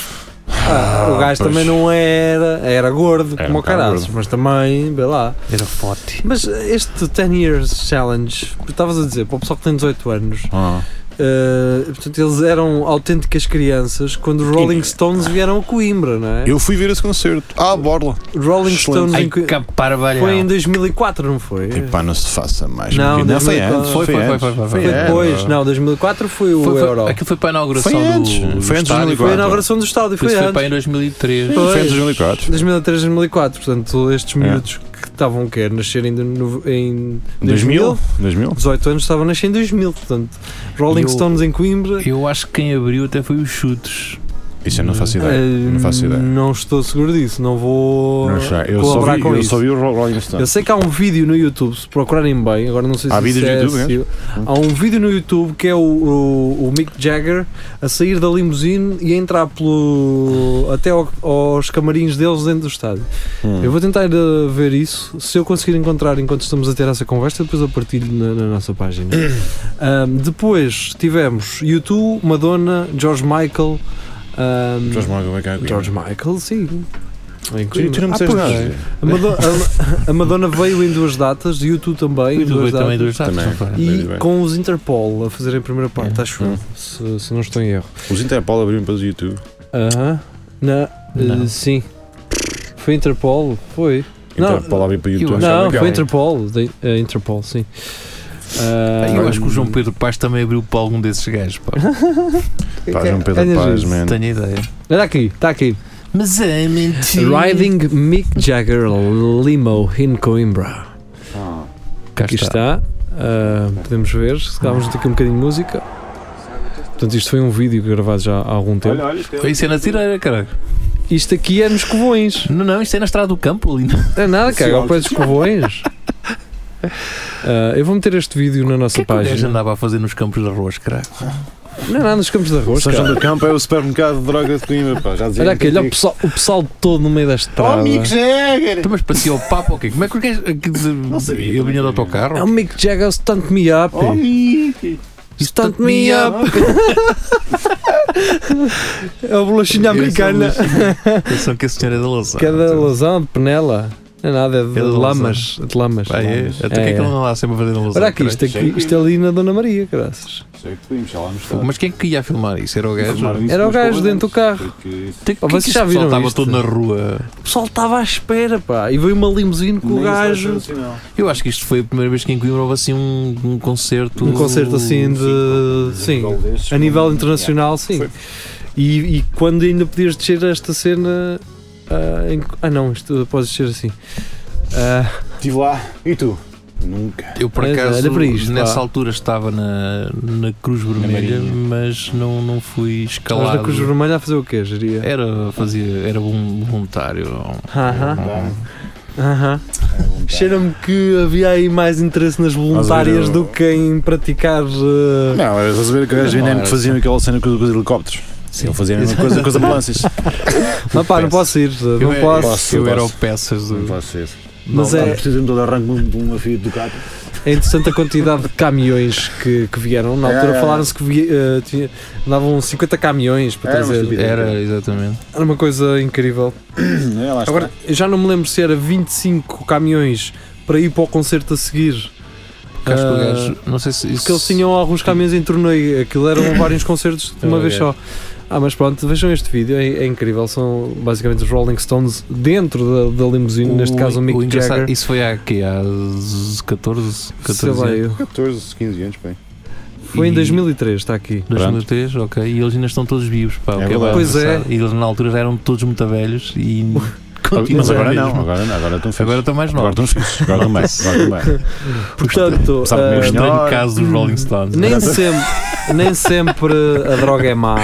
S2: Ah, o gajo
S3: pois.
S2: também não era, era gordo,
S3: Era um
S2: como o
S3: bocado
S2: caraças,
S3: gordo.
S2: mas também, vê lá.
S4: Era forte.
S2: Mas este 10 Years Challenge, estavas a dizer, para o pessoal que tem 18 anos,
S3: Ah.
S2: eh, portanto, eles eram autênticas crianças quando os Rolling Stones vieram a Coimbra, não é?
S3: Eu fui ver esse concerto. Ah, borla.
S2: Os Rolling
S3: Excelente.
S2: Stones
S4: Ai,
S2: em Coimbra.
S4: capar
S2: Foi em 2004, não foi?
S3: Epá, não se faça mais.
S2: Não,
S3: não, foi
S2: 2004.
S3: antes.
S4: Foi, foi,
S3: antes.
S4: foi, foi, foi.
S2: Foi
S3: antes.
S2: depois, não, 2004 foi o
S4: Foi, foi-
S2: Euro.
S4: aquilo foi para a inauguração
S3: Foi
S4: do-
S3: antes,
S4: do.
S3: foi antes de
S4: estádio.
S3: 2004.
S2: Foi a inauguração do estádio,
S4: Por
S2: foi
S4: isso foi para
S2: antes.
S4: em 2003.
S3: Foi antes de
S2: Pois.
S3: 2004.
S2: 2003, 2004, portanto, estes
S3: É.
S2: miúdos que estavam que nascer ainda no, em
S3: 2000? 2000?
S2: 18 anos estava a nascer em 2000, portanto, Rolling
S4: Eu-
S2: Stones em Coimbra.
S4: Eu acho que quem abriu até foi os chutes.
S3: Isso eu não faço ideia.
S2: Eh,
S3: não faço ideia.
S2: não estou seguro disso, não vou
S3: Não sei. Eu só
S2: colaborar
S3: vi,
S2: com
S3: eu
S2: isso.
S3: só vi o Ro- Rolling
S2: Eu
S3: Stones.
S2: sei que há um vídeo no YouTube, se procurarem bem, agora não sei se
S3: Tá. Há
S2: isso
S3: vídeos no
S2: é
S3: YouTube, é?
S2: acessível. Há um vídeo no YouTube que é o, o- o Mick Jagger a sair da limusine e a entrar pelo, até ao- aos camarins deles dentro do estádio.
S3: Hum.
S2: Eu vou tentar eh, ver isso. Se eu conseguir encontrar enquanto estamos a ter essa conversa, depois eu partilho na, na nossa página. Ahm, depois tivemos YouTube, Madonna, George Michael. ahm,
S3: George Michael vai cá.
S2: George Michael, sim. Em
S3: Tu,
S2: Coimbra.
S3: tu não
S2: Ah,
S3: me disseste
S2: pois.
S3: nada.
S2: A Madonna, a- a Madonna veio em duas datas, YouTube também, em
S4: E tu
S2: duas
S4: também
S2: datas.
S4: dos dados,
S3: Também.
S4: não foi?
S3: Muito
S2: E
S3: bem.
S2: com os Interpol a fazer a primeira parte,
S4: Hum.
S2: acho eu, se, se não estou em erro.
S3: Os Interpol abriram para o YouTube.
S2: Aham. Na,
S4: Não.
S2: eh, sim. Foi Interpol? Foi. Não,
S3: Interpol abriu para o YouTube.
S4: acho
S2: não,
S4: que
S2: foi
S4: é.
S2: Interpol. de- eh, Interpol, sim. Ah, Uhum.
S4: Eu acho que o João Pedro Paz também abriu para algum desses gajos, pá.
S2: é
S3: Pá,
S4: um
S3: João um Pedro
S2: Ganhas
S3: Paz,
S2: isso.
S3: man.
S4: Tenho ideia.
S2: Olha aqui, está aqui.
S4: Mas é mentira.
S2: Riding Mick Jagger Limo in Coimbra.
S4: Cá
S2: Aqui
S4: está.
S2: está. Ah, podemos ver. Se calhar vamos ter aqui um bocadinho de música. Portanto, isto foi um vídeo gravado já há algum tempo.
S4: Isso é na tireira, caralho.
S2: Isto aqui é nos Covões.
S4: Não, não, isto é na estrada do campo ali.
S2: É nada, cara, ao pé dos Covões. Ah, eu vou meter este vídeo na
S4: O que
S2: nossa
S4: é que o gajo
S2: página.
S4: andava a fazer nos campos de arroz, caralho?
S2: Não é nada nos Campos de Arroz.
S3: São João
S2: cara.
S3: do Campo é o supermercado de droga de Coimbra, pá. Já dizia.
S2: Olha aquele, olha o pessoal, o pessoal todo no meio da estrada.
S3: Oh, Jagger!
S4: Então, Mas parecia o papo, ok? Como é que o gajo. que- Ele
S3: sabia,
S4: vinha de autocarro?
S2: É o Mick Jagger, stunt me up.
S3: Oh, Mick!
S2: Stunt me up. É a bolachinha americana.
S4: Atenção que a senhora é da louça.
S2: Cada lasão de penela. Não é nada, é de
S4: Cada lasão.
S2: lamas. É de lamas.
S4: Pá, é. Até que é que
S2: É,
S4: ele
S2: é.
S4: não lá sempre a fazer na louça?
S2: Olha aqui,
S4: caralho?
S2: isto, aqui, isto é ali na Dona Maria, graças.
S3: Sei que podíamos, já lá no
S4: Mas quem é que ia filmar isso? Era o gajo?
S2: Era o gajo dentro do carro.
S4: Tem-
S2: Pá,
S4: que
S2: vocês
S4: que
S2: já
S4: este pessoal
S2: viram
S4: estava
S2: isto?
S4: todo na rua.
S2: O pessoal estava à espera, pá. E veio uma limusine com o gajo.
S4: Eu acho que isto foi a primeira vez que em Coimbra houve assim um, um concerto.
S2: Um concerto assim de. Sim. A nível internacional, sim. E, e quando ainda podias descer esta cena. ah, em- ah, não, isto podes descer assim. Ah,
S3: Estive lá. E tu? Nunca.
S4: Eu por
S2: Pois é,
S4: acaso
S2: olha para isto,
S4: nessa
S2: pá.
S4: altura estava na, na Cruz Vermelha, mas não, não fui
S2: estavas
S4: escalado.
S2: na Cruz Vermelha a fazer o quê, geria?
S4: Era, fazia, era um voluntário. É
S2: Aham,
S3: Tá.
S2: aham. Cheira-me que havia aí mais interesse nas voluntárias
S3: eu-
S2: do que em praticar. ah,
S3: Não, era a saber que o gajo
S4: Não,
S3: ainda é
S4: era
S3: faziam aquela cena com os com os helicópteros.
S4: Sim.
S3: Ele fazia a mesma coisa com as ambulâncias.
S2: Ah, pá, não posso ir, não
S4: eu,
S2: posso.
S3: posso,
S4: eu
S3: não
S4: era o
S3: posso.
S4: peças do.
S3: ser.
S2: Mas é-
S3: Preciso-me todo arranco de uma Fiat Ducato.
S2: É interessante a quantidade de caminhões que, que vieram. Na
S3: É,
S2: altura
S3: é, é.
S2: falaram-se que vi, eh, tinha- andavam 50 caminhões para
S3: É, mas
S2: trazer.
S3: estupidez.
S4: Era, exatamente.
S2: Era uma coisa incrível.
S3: É, lá está.
S4: tá.
S2: Agora, eu já não me lembro se era 25 caminhões para ir para o concerto a seguir.
S4: Porque acho que o
S2: Ah,
S4: gajo- não sei se isso.
S2: Porque eles tinham alguns caminhões em torneio. Aquilo eram vários concertos de uma
S4: Ah,
S2: vez
S4: é.
S2: só. Ah, mas pronto, vejam este vídeo, é, é incrível. São basicamente os Rolling Stones dentro da, da limusine, neste caso o Mick
S4: engraçado-
S2: Jagger.
S4: Isso foi há quê? Há 14? 14
S2: Sei lá, eu-
S3: 14, 15 tá anos, bem.
S2: Foi em 2003, está aqui.
S4: 2003, ok. E eles ainda estão todos vivos, pá. o que
S3: É
S4: bem
S3: verdade.
S2: Pois é.
S4: engraçado. E eles na altura já eram todos muito velhos e.
S3: Mas
S4: continuam
S3: agora
S4: mesmo.
S3: não, agora não, agora estão fixos.
S4: Agora estão mais
S3: Agora
S4: novos.
S3: estão fixos, agora estão bem, agora estão bem.
S2: Portanto,
S3: Sabe como é
S2: ah,
S3: que
S4: Estranho
S3: Melhor.
S4: caso dos Rolling Stones.
S2: Nem sempre, nem sempre a droga é má.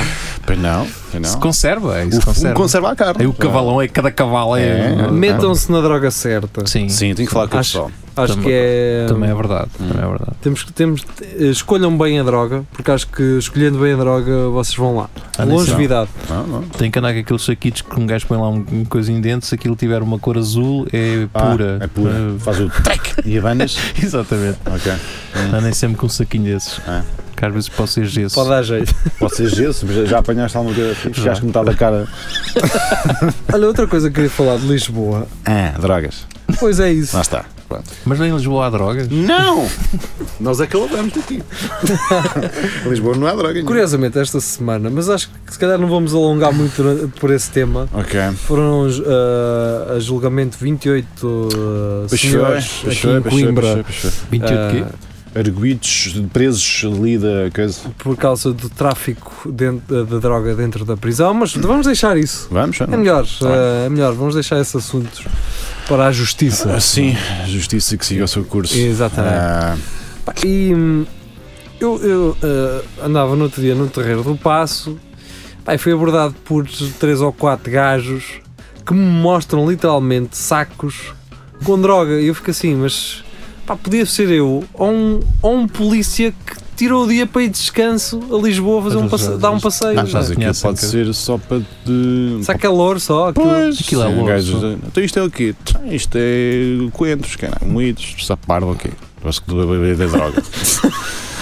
S3: Pois não, pois
S4: Se
S3: não.
S4: conserva, é
S3: O
S4: isso
S3: fumo
S4: conserva.
S3: conserva a carne.
S4: Aí o cavalão é cada cavalo é.
S3: É.
S2: Metam-se na droga certa.
S4: Sim,
S3: Sim, tenho que falar com o
S2: Acho-
S3: pessoal.
S2: Acho
S4: Também-
S2: que é.
S4: também é verdade.
S3: Hum.
S4: Também é verdade.
S2: Temos que temos escolham bem a droga, porque acho que escolhendo bem a droga vocês vão lá.
S4: Ah, nem
S2: Longevidade.
S3: Não, não.
S4: Tem que andar com aqueles saquitos que um gajo põe lá um, um coisinho dentro. Se aquilo tiver uma cor azul, é
S3: Ah,
S4: pura.
S3: É pura. Faz o trek. E abanas.
S4: Ah, Exatamente.
S3: Ok. É.
S4: Andem sempre com um saquinho desses.
S3: Ah.
S4: Que às vezes pode ser gesso.
S2: Pode dar jeito.
S3: Pode ser gesso, mas já- já apanhaste alguma coisa assim?
S4: Já.
S3: Chegaste com metade da cara.
S2: Olha, outra coisa que queria falar de Lisboa.
S3: Ah, drogas.
S2: Pois é isso.
S3: Lá está.
S4: Mas nem em Lisboa há drogas.
S3: Não! Nós é que levamos daqui. Em Lisboa não há droga. nenhuma.
S2: Curiosamente, esta semana, mas acho que se calhar não vamos alongar muito durante- por esse tema.
S3: Ok.
S2: Foram ah, a julgamento 28 ah,
S3: Pois foi,
S2: senhores
S3: pois
S2: aqui
S3: foi,
S2: em
S3: pois foi,
S2: Coimbra
S3: pois foi, pois
S4: 28
S2: Ah,
S4: quê?
S3: foi. Arguidos, presos ali da coisa.
S2: por causa do tráfico dentro, da droga dentro da prisão, mas vamos deixar isso.
S3: Vamos?
S2: É melhor, eh, é melhor, vamos deixar esse assunto para a justiça.
S3: Assim, justiça que siga o seu curso.
S2: Exatamente.
S3: Ah,
S2: Pá, E hum, eu, eu, eh, andava no outro dia no terreiro do Passo Pá, e foi abordado por três ou quatro gajos que me mostram literalmente sacos com droga. E eu fico assim, mas pá, podia ser eu ou um, ou um polícia que tirou o dia para ir de descanso a Lisboa fazer
S4: Mas
S2: um
S4: eles
S2: passe-
S4: já-
S2: dar um passeio.
S3: Ah, mas aquilo
S4: Conhecem
S3: pode
S4: que-
S3: ser só para te.
S2: Será que é louro só? aquilo?
S3: Pois,
S4: Aquilo é
S3: sim,
S4: louco.
S3: gajos de- Então isto é o quê? Ah, Isto é coentros, caralho, moídos, sapardo, ok. Acho que tudo é da droga.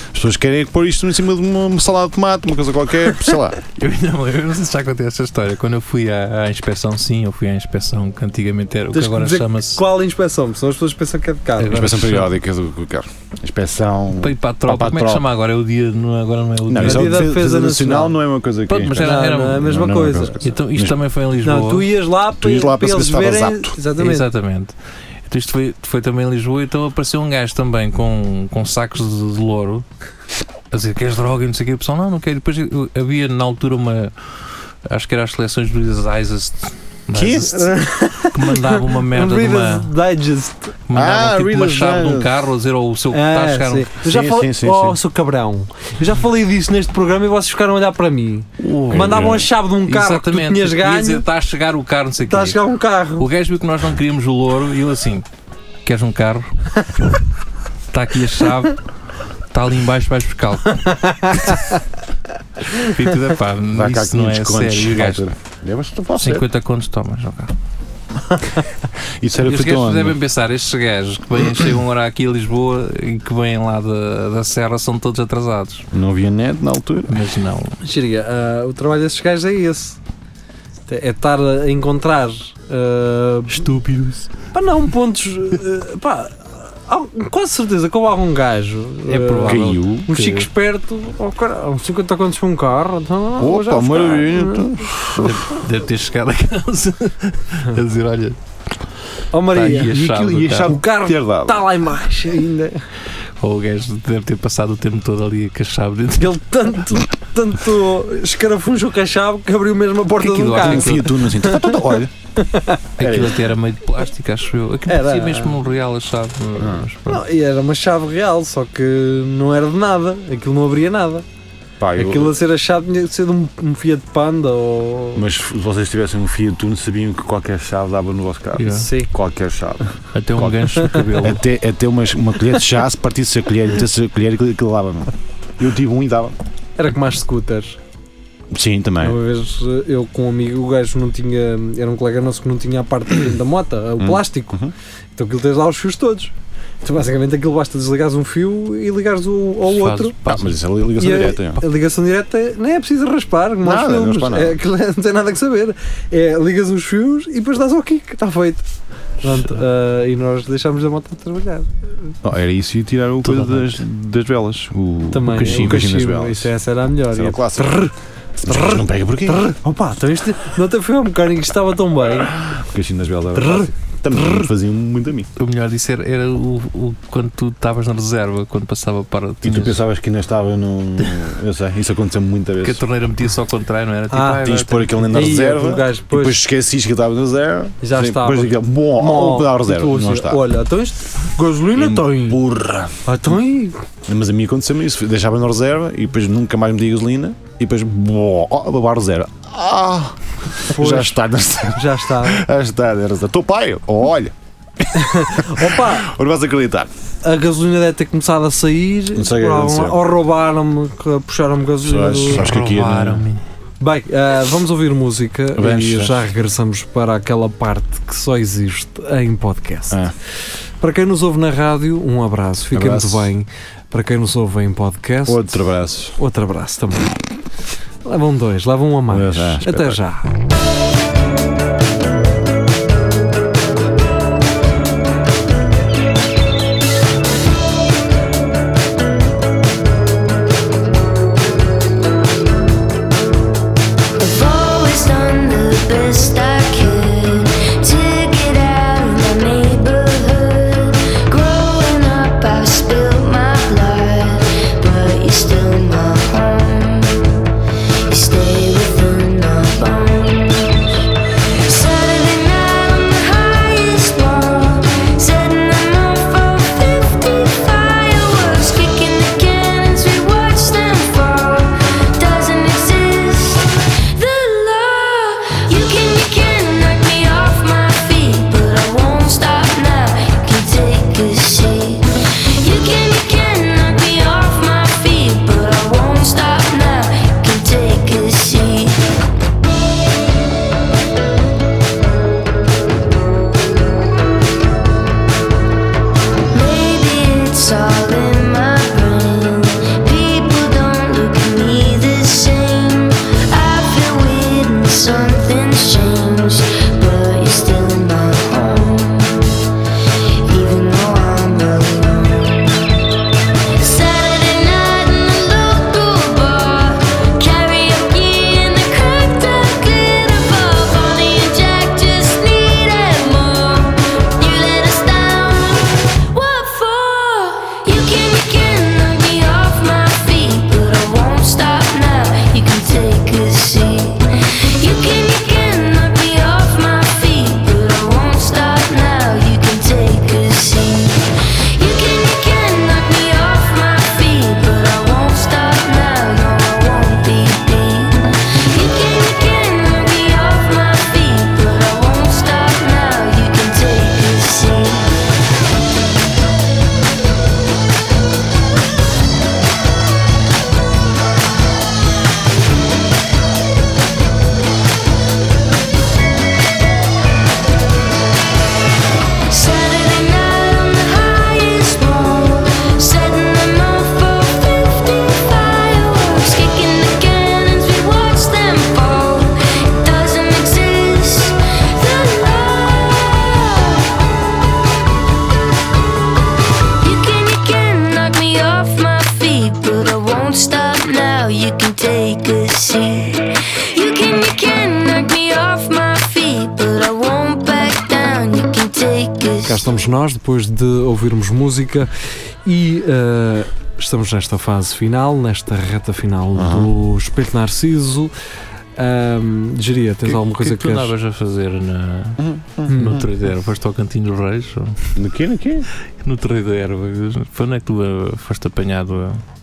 S3: As pessoas querem pôr isto em cima de uma salada de tomate, uma coisa qualquer, sei lá.
S4: Eu ainda me lembro, eu não sei se já contei esta história. Quando eu fui à, à inspeção, sim, eu fui à inspeção que antigamente era o que
S2: Tens que
S4: agora
S2: dizer
S4: chama-se.
S2: Qual inspeção? Porque Senão as pessoas pensam que é de carro.
S4: Agora
S3: Inspeção
S4: se chama-
S3: periódica do do carro. Inspeção.
S4: Para ir para a tropa.
S3: Ah, Para a
S4: Como é que
S3: tropa.
S4: chama agora? É o dia, não, é- agora não é o
S3: Não,
S4: dia.
S3: isso é o
S2: Dia da
S3: Defesa,
S2: Defesa Nacional.
S3: Nacional, não é uma coisa que.
S4: Pronto, mas era-
S2: Não,
S4: era
S2: não, é a
S4: um-
S2: mesma
S3: não, não é uma
S2: coisa.
S3: coisa que-
S4: Então, isto
S3: Mas-
S4: também foi em Lisboa.
S2: Não, tu ias lá para,
S3: ias lá para
S2: eles
S3: saber se
S2: verem.
S3: estavas apto.
S2: Exatamente.
S4: Exatamente. Então isto foi, foi também em Lisboa, então apareceu um gajo também com, com sacos de, de louro a dizer queres droga e não sei o que. O pessoal, não, não quero. Depois eu- havia na altura uma. Acho que era as seleções do Isaac
S3: Que?
S4: que mandava uma merda de
S2: Reader's
S4: uma.
S2: Digest.
S4: Mandava
S3: Ah,
S4: tipo uma
S3: Reader's
S4: chave de um
S3: Digest.
S4: carro a dizer ao seu que está a
S2: Ah,
S4: chegar
S2: sim.
S4: um.
S2: Eu já
S3: Sim,
S2: falei,
S3: sim, sim,
S2: oh,
S3: sim.
S2: seu cabrão. Eu já falei disso neste programa e vocês ficaram a olhar para mim.
S4: Oh,
S2: Mandavam a chave de um carro que tu tinhas
S4: Ia dizer,
S2: ganho.
S4: está a chegar o carro, não sei o
S2: Está a
S4: quê.
S2: chegar um carro.
S4: O gajo viu que nós não queríamos o louro e eu assim, queres um carro? Está aqui a chave, está ali embaixo, vais buscá-lo. Fui tudo a pá,
S3: Dá cá
S4: isso não é
S3: 500 contos
S4: sério. E o
S3: na
S4: gajo,
S3: altura. É, mas tu pode ser.
S4: 50 contos tomas ao carro.
S3: Isso
S4: E
S3: era
S4: os
S3: feito
S4: gajos
S3: onde?
S4: devem pensar, estes gajos que vêm, chegam agora aqui a Lisboa e que vêm lá da, da Serra são todos atrasados.
S3: Não havia net na altura.
S4: Mas não.
S2: Xiriga, ah, o trabalho desses gajos é esse. É estar a encontrar. ah,
S4: Estúpidos.
S2: pá, não, pontos. ah, pá, há um, quase certeza que houve algum gajo.
S4: É
S2: ah,
S4: provável.
S3: Caiu.
S2: Um chico esperto, oh, cara, uns 50 contos para um carro. Então, vou já
S3: Opa,
S2: buscar.
S3: maravilha. então.
S4: Deve ter chegado a casa a dizer, olha,
S2: Oh
S4: Tá aí.
S2: Maria,
S4: E a
S3: E
S4: chave
S3: aquilo
S4: do
S3: ia
S4: carro.
S3: chave
S2: O carro
S3: ter dado.
S2: está Tá lá em baixo ainda.
S4: ou o gajo deve ter passado o tempo todo ali com a chave dentro.
S2: Ele tanto, tanto escarafunchou com a chave que abriu mesmo a porta
S4: Que aquilo
S2: do
S4: lá
S2: carro.
S4: tem um fio.
S3: tudo assim. tá, tá, tá, Olha.
S4: Aquilo até era meio de plástico, acho eu. Aquilo
S2: Era.
S4: parecia mesmo um real, a chave. mas pronto.
S2: Não, e era uma chave real, só que não era de nada. Aquilo não abria nada.
S3: Pá, eu-
S2: Aquilo a ser a chave tinha que ser de um, um Fiat Panda ou.
S3: Mas se vocês tivessem um Fiat Uno, sabiam que qualquer chave dava no vosso carro.
S4: Yeah.
S2: Sim.
S3: Qualquer chave.
S4: Até um
S3: Qual-
S4: gancho no cabelo.
S3: Até, até uma, uma colher de chá, se partisse a colher, metesse a colher, aquilo, aquilo dava. é? meu. Eu tive um e dava.
S2: Era como as scooters.
S3: Sim, também.
S2: Uma vez eh, eu com um amigo, o gajo não tinha. Era um colega nosso que não tinha a parte de dentro da moto, eh, o
S3: Hum.
S2: plástico.
S3: Uhum.
S2: Então aquilo tens lá os fios todos. Então basicamente aquilo basta desligares um fio e ligares o, ao
S4: Faz-
S2: outro.
S3: Pá, mas isso é ligação
S2: E a-
S3: direta. meu.
S2: A ligação direta nem é preciso raspar, como
S3: Nada,
S2: aos
S3: não
S2: filmes.
S3: raspa nada.
S2: É, aquilo não tem nada que saber. É, ligas os fios e depois dás ao kick, está feito. Pronto, ah, e nós deixámos a moto de trabalhar.
S3: Não, era isso e tirar o coisa das, das velas. O,
S2: Também,
S3: o cachimbo. é
S2: o cachimbo,
S3: das velas.
S2: isso, é, essa era a melhor.
S3: Isso era
S2: E-
S3: o clássico. Mas Não pega porquê?
S2: Trrr. Opa, então isto, não até foi ao mecânico que estava tão bem.
S3: O cachimbo das assim velas. era clássico. Também faziam muito a mim.
S4: O melhor disso era, era o, o- quando tu estavas na reserva, quando passava
S3: E
S4: para.
S3: tu
S4: tinhas-
S3: pensavas que ainda estava num. Eu sei, isso aconteceu muita
S4: que a
S3: vez.
S4: torneira metia-se ao contrário, não era? Tipo,
S2: Ah,
S4: "Ai,
S3: Tinhas de pôr aquele na
S2: Aí,
S3: reserva.
S2: o gajo,
S3: e
S2: pois,
S3: Depois esquecis que estava na zero.
S2: já
S3: Sim,
S2: estava.
S3: Depois digo, bom,
S2: Mó,
S3: vou dar a
S2: e tu
S3: reserva.
S2: assim,
S3: Não está. um
S2: Olha, então isto, gasolina tem.
S3: Burra.
S2: Ah, então e-
S3: Mas a mim aconteceu-me isso. Deixava na reserva e depois nunca mais meti gasolina. E depois, bom, oh, vou à reserva. Ah,
S2: Pois.
S3: já está na reserva.
S2: já está.
S3: Já está na reserva. Teu pai, olha,
S2: Opa,
S3: não vais acreditar.
S2: a gasolina deve ter começado a sair
S3: Não sei o que
S2: por algum-
S3: aconteceu.
S2: ou roubaram-me, que puxaram-me gasolina.
S3: Sabes-
S2: do-
S3: sabes que aqui é na-
S4: roubaram-me."
S2: Bem, ah, vamos ouvir música
S3: Vamos,
S2: e
S3: vamos.
S2: já regressamos para aquela parte que só existe em podcast.
S3: Ah.
S2: Para quem nos ouve na rádio, um abraço, fica
S3: Abraço.
S2: muito bem. Para quem nos ouve em podcast, outro,
S3: Outro abraço.
S2: abraço também. Levam dois, levam um a mais.
S3: Ah,
S2: Até
S3: espetáculo.
S2: já.
S6: I've always done the best I could to get out of my neighborhood. Growing up, I spilled my blood, but you're still my home. You stay within my bones. has changed, but you're still in my home. Even though I'm alone. Saturday night in the local bar, karaoke and the cracked up glitter bar. Bonnie and Jack just needed more. You let us down. What for? You came again, knocked me off my feet, but I won't stop now. You can take a seat. You came again, knocked me off my feet, but I won't stop now. You can take a seat. You came again, knocked me off my feet, but I won't stop now. No, I won't be beat. You came again, knocked me off my feet, but I won't stop now. You can take a seat. Saturday night on the highest wall, setting them off for fifty fireworks, kicking the cannons, we watch them fall. It doesn't exist. The You can, you can knock me off my feet, but I won't stop now. You can take a seat. You can, you can knock me off my feet, but I won't back down. You can take a
S2: Cá
S6: seat.
S2: estamos nós, depois de ouvirmos música e eh, estamos nesta fase final, nesta reta final do Espelho Narciso. Ahm, Geria, tens
S4: que, é
S2: alguma coisa
S4: que,
S2: que,
S4: tu
S2: queres? Uhum. Hum.
S4: andavas a fazer na, no Tradeiro? Foste ao Cantinho dos Reis? ou-
S3: No quê? No quê?
S4: No Tradeiro? Foi onde é que tu ah, foste apanhado? a-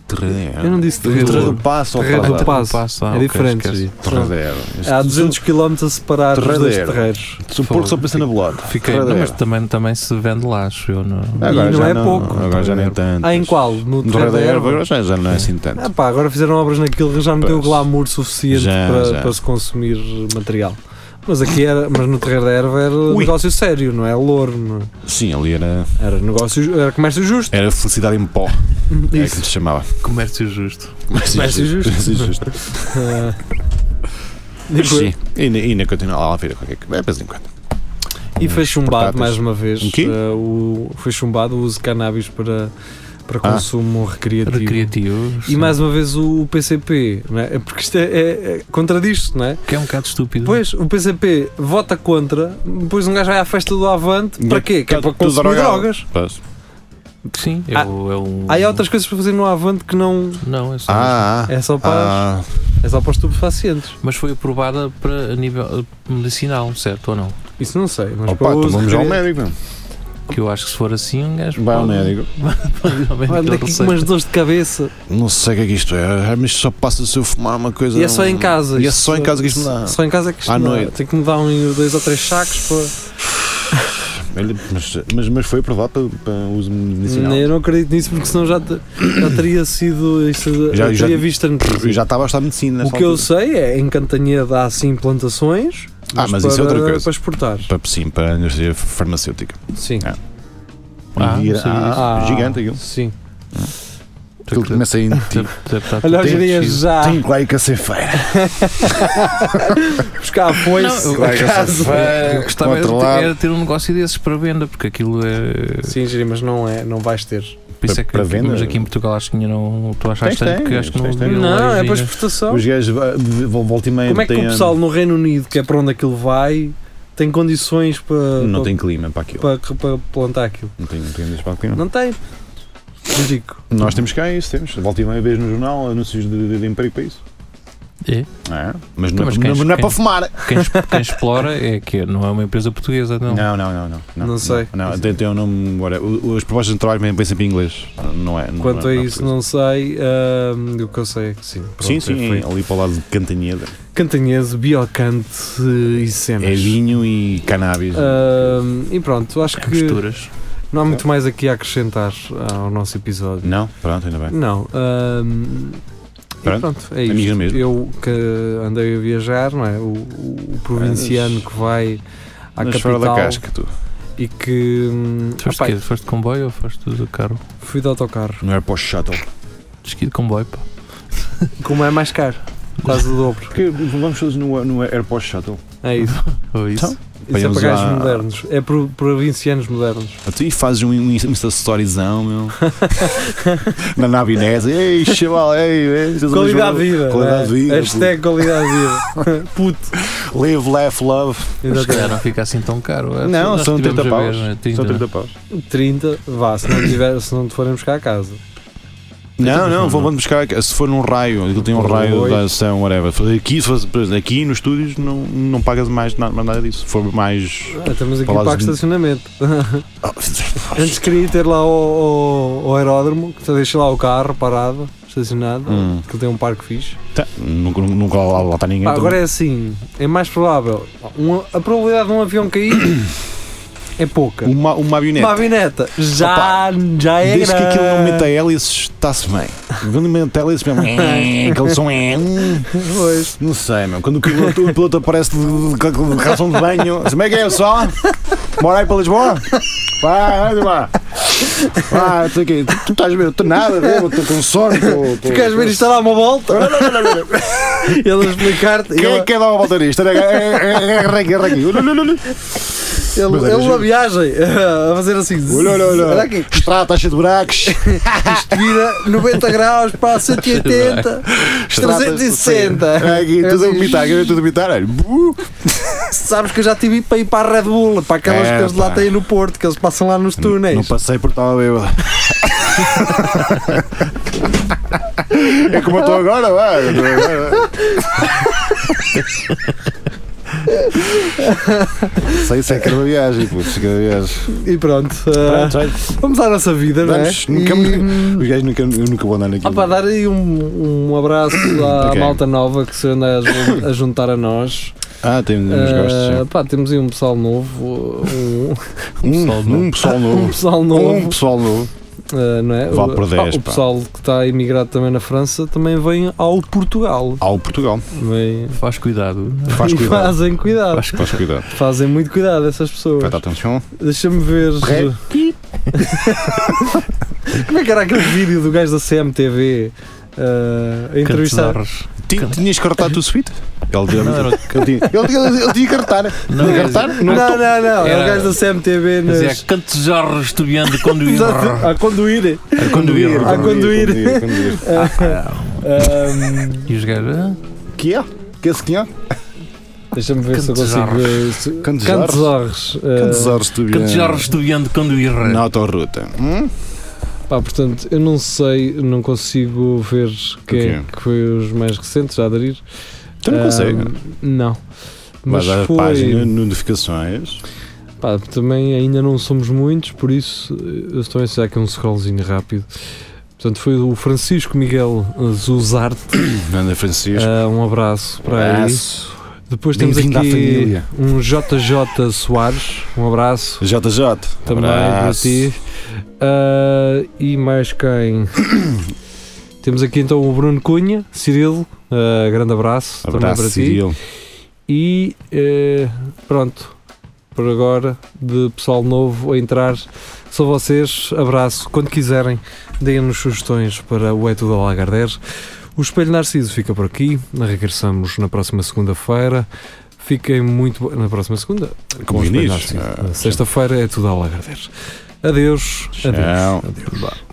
S2: Eu não disse
S4: Terreiro
S2: terreiro.
S3: do Passo ou
S2: Terreiro do
S3: Passo?
S2: Passo.
S4: Passo, ah,
S2: é
S4: ok,
S2: diferente.
S4: esquece.
S2: Geria.
S3: Terreiro.
S2: Há 200 km a separar os dois
S3: Terreiro.
S2: terreiros.
S3: Sou porco, só pensa na bolota.
S4: Fiquei,
S3: Terreiro.
S4: não, mas também, também se vende lá, acho eu. Não?
S3: Agora
S2: E não
S3: já
S2: é pouco.
S3: Agora já nem tanto.
S2: Ah, em qual? No
S3: No
S2: Terreiro da Erva?
S3: agora já, já não é assim tanto.
S2: Ah pá, agora fizeram obras naquilo que já não tem o
S3: Pois.
S2: glamour suficiente
S3: Já,
S2: para,
S3: já.
S2: para se consumir material. Mas aqui era, mas no Terreiro da Erva era negócio sério, não é louro, não é?
S3: Sim, ali era,
S2: era negócio, ju- era comércio justo.
S3: era felicidade em pó. É
S2: Isso.
S3: como se chamava.
S4: Comércio justo.
S2: Mas é justo.
S3: Mas é justo.
S2: Ah,
S3: Mas
S2: digo-
S3: Sim. E ainda- e ainda continua lá a ver qualquer coisa. É de vez em quando.
S2: e foi chumbado
S3: portáteis.
S2: mais uma vez.
S3: Um quê?
S2: ah, o, foi chumbado o uso de cannabis para, para
S3: Ah.
S2: consumo recreativo.
S4: Recreativo.
S2: E mais uma vez o PCP, não é? porque isto é, é, é contradiz-se, não é?
S3: Uhum.
S4: Que é um bocado estúpido.
S2: Pois, o PCP vota contra, depois um gajo vai à festa do Avante, para quê? Que é
S3: Tá-
S2: para
S3: tudo
S2: consumir
S3: drogado.
S2: drogas.
S3: Pois.
S4: Sim, é,
S2: Ah,
S4: o- é um.
S2: Há aí outras coisas para fazer no Avante que não.
S4: Não, é só.
S3: Ah, ah.
S2: É só para,
S3: Ah,
S2: é só para os tubefacientes.
S4: Mas foi aprovada para a nível eh, medicinal, certo ou não?
S2: Isso não sei, mas
S3: opa,
S2: para
S3: então
S2: uso
S3: vamos ao
S2: recre-
S3: médico. meu.
S4: Que eu acho que se for assim, um gajo.
S3: Vai ao
S4: pode-
S3: médico.
S4: pode realmente
S2: Olha,
S3: Então
S4: ter
S2: daqui com
S4: receita.
S2: umas dores de cabeça.
S3: Não sei o que é que isto é, mas só passa se eu fumar uma coisa.
S2: E é só em casa.
S3: E é
S2: isto
S3: só em casa que isto me dá.
S2: Só em casa é que isto
S3: À
S2: me dá.
S3: noite.
S2: Tem que me dar um, dois ou três sacos para.
S3: Olha, Mas, mas, mas foi aprovado para, para uso medicinal.
S2: Eu não acredito nisso porque senão já, te- já teria sido. Isso,
S3: Já-
S2: já,
S3: já-
S2: teria visto a
S3: Eu
S2: notícia.
S3: já estava a estar medicina.
S2: O
S3: nessa
S2: que eu
S3: altura.
S2: sei é em Cantanhede há sim plantações.
S3: Ah, mas isso
S2: para-
S3: é outra coisa.
S2: Para exportar.
S3: Para, sim, para a indústria farmacêutica.
S2: Sim.
S4: Ah,
S3: E
S4: não
S3: era-
S4: sabia
S3: ah,
S2: disso.
S3: gigante aquilo.
S2: Sim.
S3: Aquilo começa a ir.
S4: Deve- deve estar
S2: Olha,
S4: tudo
S2: hoje iria
S4: mexido.
S2: já
S3: Tem lá que ser feira.
S2: buscar a foice.
S4: Não, eu-
S3: Vai,
S4: acaso,
S3: vai,
S4: eu gostava era de,
S3: controlar.
S4: ter, era de ter um negócio desses para venda, porque aquilo é.
S2: Sim, Giri, mas não, é, não vais ter.
S4: Por isso é que
S3: Para venda?
S4: Mas aqui em Portugal acho que ainda não. Tu
S3: Tens,
S4: achaste tanto,
S3: tens,
S4: porque acho que não.
S3: tens, tens.
S4: havia
S2: Não, é
S4: leis
S2: para
S4: ainda.
S2: exportação.
S3: Os gajos va- de- volta e meia.
S2: Como é que o
S3: têm-
S2: pessoal no Reino Unido, que é para onde aquilo vai, tem condições para,
S3: Não
S2: para,
S3: tem clima para aquilo.
S2: para- para plantar aquilo?
S3: Não tem, não tem andas para o clima.
S2: Não tem. Digo.
S3: Nós temos cá isso, temos. Volta e meia vez no jornal anúncios de, de- de emprego para isso.
S4: É.
S3: É, mas não,
S4: Então, mas
S3: é,
S4: quem-
S3: não, não é
S4: quem-
S3: para fumar.
S4: Quem, es- quem explora é que não é uma empresa portuguesa, não.
S3: Não, não, não. Não,
S2: Não sei.
S3: Não, tem, tem um nome. Ora, o- as propostas de trabalho vêm sempre em inglês. Não é. não-
S2: Quanto
S3: não
S2: a
S3: é
S2: isso,
S3: português.
S2: não sei. ahm, o que eu sei é que sim. Pronto,
S3: Sim,
S2: é
S3: sim,
S2: feito.
S3: ali para o lado de Cantanheda.
S2: Cantanhese, Biocante eh, e cenas.
S3: É vinho e cannabis.
S2: Ahm, e pronto,
S3: É
S2: acho É que
S4: Misturas.
S2: não há muito mais aqui a acrescentar ao nosso episódio.
S3: Não? Pronto, ainda bem.
S2: Não. ahm, e
S3: Pronto.
S2: pronto. é
S3: Amigos
S2: isto.
S3: mesmo.
S2: Eu que andei a viajar, não é? O, o- o provinciano
S3: Andas-
S2: que vai à
S3: Mas fora
S2: capital
S3: da casca, tu.
S2: e que hum,
S4: Foste,
S2: opá,
S4: de quê? Foste de comboio ou foste do carro?
S2: fui de autocarro.
S3: Não era para o shuttle.
S4: Desqui de comboio, pá.
S2: Como é mais caro? Quase o dobro.
S8: Porque vamos todos no, no AirPods Shuttle.
S2: É isso.
S4: Ou
S3: Então,
S4: isso?
S2: Isso é para
S3: Vamos
S2: gajos
S3: lá.
S2: modernos. É para provincianos modernos.
S3: Tu e fazes um, um Insta Storyzão, meu. Na nabinese. Ei, chaval, ei, ei.
S2: Qualidade de vida.
S3: Qualidade de vida. é?
S2: Hashtag qualidade de vida. Puto.
S3: puto. Live, laugh, love.
S4: Mas se calhar não fica assim tão caro. É,
S3: Não,
S4: nós
S3: são 30
S4: tivemos a ver,
S3: paus.
S4: né? 30.
S8: São 30 paus.
S2: 30, vá, se não, tiver, se não te forem buscar a casa.
S3: Não, não, vou vamos buscar. Se for num raio, aquilo tem um raio
S2: Pois.
S3: da ação, whatever. Aqui, se fosse, por exemplo, aqui nos estúdios não, não pagas mais nada, mais nada disso. Se for mais.
S2: Ah, estamos aqui
S3: Falares
S2: para o
S3: de-
S2: estacionamento. Antes queria ter lá o, o- o aeródromo, que te deixa lá o carro parado, estacionado,
S3: Hum.
S2: que tem um parque fixe.
S3: Tá, nunca, nunca lá, lá está ninguém.
S2: Pá,
S3: então-
S2: agora é assim, é mais provável. um- a probabilidade de um avião cair é pouca.
S3: uma, uma avioneta.
S2: Uma avineta já, já é
S3: Desde que
S2: grande.
S3: aquilo não meta hélices, está-se bem. Quando meta hélices, mesmo. é, Aquele som é. hum,
S2: Pois.
S3: Não sei, meu. Quando o piloto, o piloto aparece de, de, de, de calção de banho. Assim, Como é que é, pessoal? Bora aí para Lisboa? Vá, vai, vá. Vá, tu, aqui, tu, tu estás bem, eu estou nada, eu estou com sono. tô- tô-
S2: Tu queres ver isto dar uma volta? Ele a explicar-te.
S3: Quem
S2: ele-
S3: é que quer dar uma volta nisto? Arranca, aqui, arranca. aqui. Olha, olha, olha.
S2: Ele,
S3: Mas era
S2: ele na
S3: giro.
S2: viagem a fazer assim.
S3: Olha, olha,
S2: Olha
S3: olha.
S2: aqui,
S3: Estrada, está cheia de buracos.
S2: isto vira 90 graus para 180, 360.
S3: É Aqui, tudo a vomitar, aqui, tudo a vomitar. olha. Bu.
S2: Sabes que eu já tive para ir para a Red Bull, para aquelas
S3: É,
S2: que eles lá
S3: pá.
S2: têm no Porto, que eles passam lá nos túneis.
S3: Não passei porque estava bêbado. É como eu estou agora, vá. Sei isso é cada viagem, putz, cada viagem.
S2: E pronto, ah,
S3: Pronto, olha,
S2: vamos à nossa vida, não é?
S3: vamos, nunca me-
S2: E-
S3: Os gajos nunca, eu nunca vou andar naquilo.
S2: Ah, pá, dar aí um, um abraço à
S3: Ok.
S2: malta nova que se anda a jun- a juntar a nós.
S3: Ah, tem uns
S2: Ah,
S3: gostos.
S2: pá, temos aí um pessoal novo, um,
S3: sim. Um, um pessoal
S2: um
S3: novo.
S2: pessoal
S3: Um
S2: novo
S3: pessoal novo.
S2: Uh, não é?
S3: Vá
S2: O-
S3: por
S2: pá,
S3: 10,
S2: o
S3: pá.
S2: pessoal que está imigrado também na França também vem ao Portugal.
S3: Ao Portugal.
S2: Vem-
S4: Faz cuidado.
S3: Faz
S2: e
S3: cuidado.
S2: fazem cuidado.
S4: Faz
S3: Faz cuidado.
S2: Fazem muito cuidado essas pessoas.
S3: Presta atenção.
S2: Deixa-me ver.
S3: Pré-
S2: Como é que era aquele vídeo do gajo da CMTV uh, a entrevistar?
S4: Cantarros.
S3: Ti- Tinhas cartado o suíte? Ele tinha,
S4: Não, era o-
S3: ele tinha, ele tinha, ele tinha cartar.
S4: Não,
S3: Tinha
S4: era-
S3: cartar?
S2: Não, não, não. É o
S4: Era-
S2: gajo da CMTV nas.
S4: Dizia cantejorros estudiando quando
S2: Exato, A conduir.
S4: A
S3: Ah,
S4: conduir.
S2: A conduir.
S3: conduir, conduir.
S2: Um,
S4: E os gajos. ah,
S3: Que é? Que é esse que é?
S2: Deixa-me ver se eu consigo.
S4: Cantesarros.
S2: ver se-
S3: Cantesarros.
S2: Cantesarros.
S3: Quantos
S2: Uh,
S3: horas tu
S4: Cantejorros estudiando quando irra.
S3: Na autorruta. Hum?
S2: Eh, pá, portanto, eu não sei, não consigo ver quem é
S3: quê?
S2: que foi os mais recentes a aderir.
S3: Tu então não
S2: Ah,
S3: consegues.
S2: Não. Mas
S3: Mas às
S2: foi.
S3: páginas, notificações.
S2: Pá, também ainda não somos muitos, por isso eh, eu estou a ensinar aqui um scrollzinho rápido. Portanto, foi o Francisco Miguel eh, Zuzarte.
S3: Ana Francisco.
S2: Ah, um abraço para ele.
S3: Abraço.
S2: Depois temos
S3: Bem-vindo à
S2: aqui
S3: família.
S2: um JJ Soares. Um abraço
S3: JJ.
S2: também para
S3: abraço.
S2: ti. Ah, e mais quem? temos aqui então o Bruno Cunha, Cirilo. ah, grande abraço, também para
S3: Abraço,
S2: ti.
S3: Cirilo.
S2: E eh, pronto, por agora, de pessoal novo a entrar, são vocês. Abraço. Quando quiserem, deem-nos sugestões para o É Tudo ao Lagardère. O Espelho Narciso fica por aqui. Regressamos na próxima segunda-feira. Fiquem muito. bo- Na próxima segunda? Com o Espelho
S3: diz?
S2: Narciso.
S3: Ah,
S2: Sexta-feira é tudo ao Lagardère. Adeus. Adeus.
S3: Tchau.
S2: Adeus.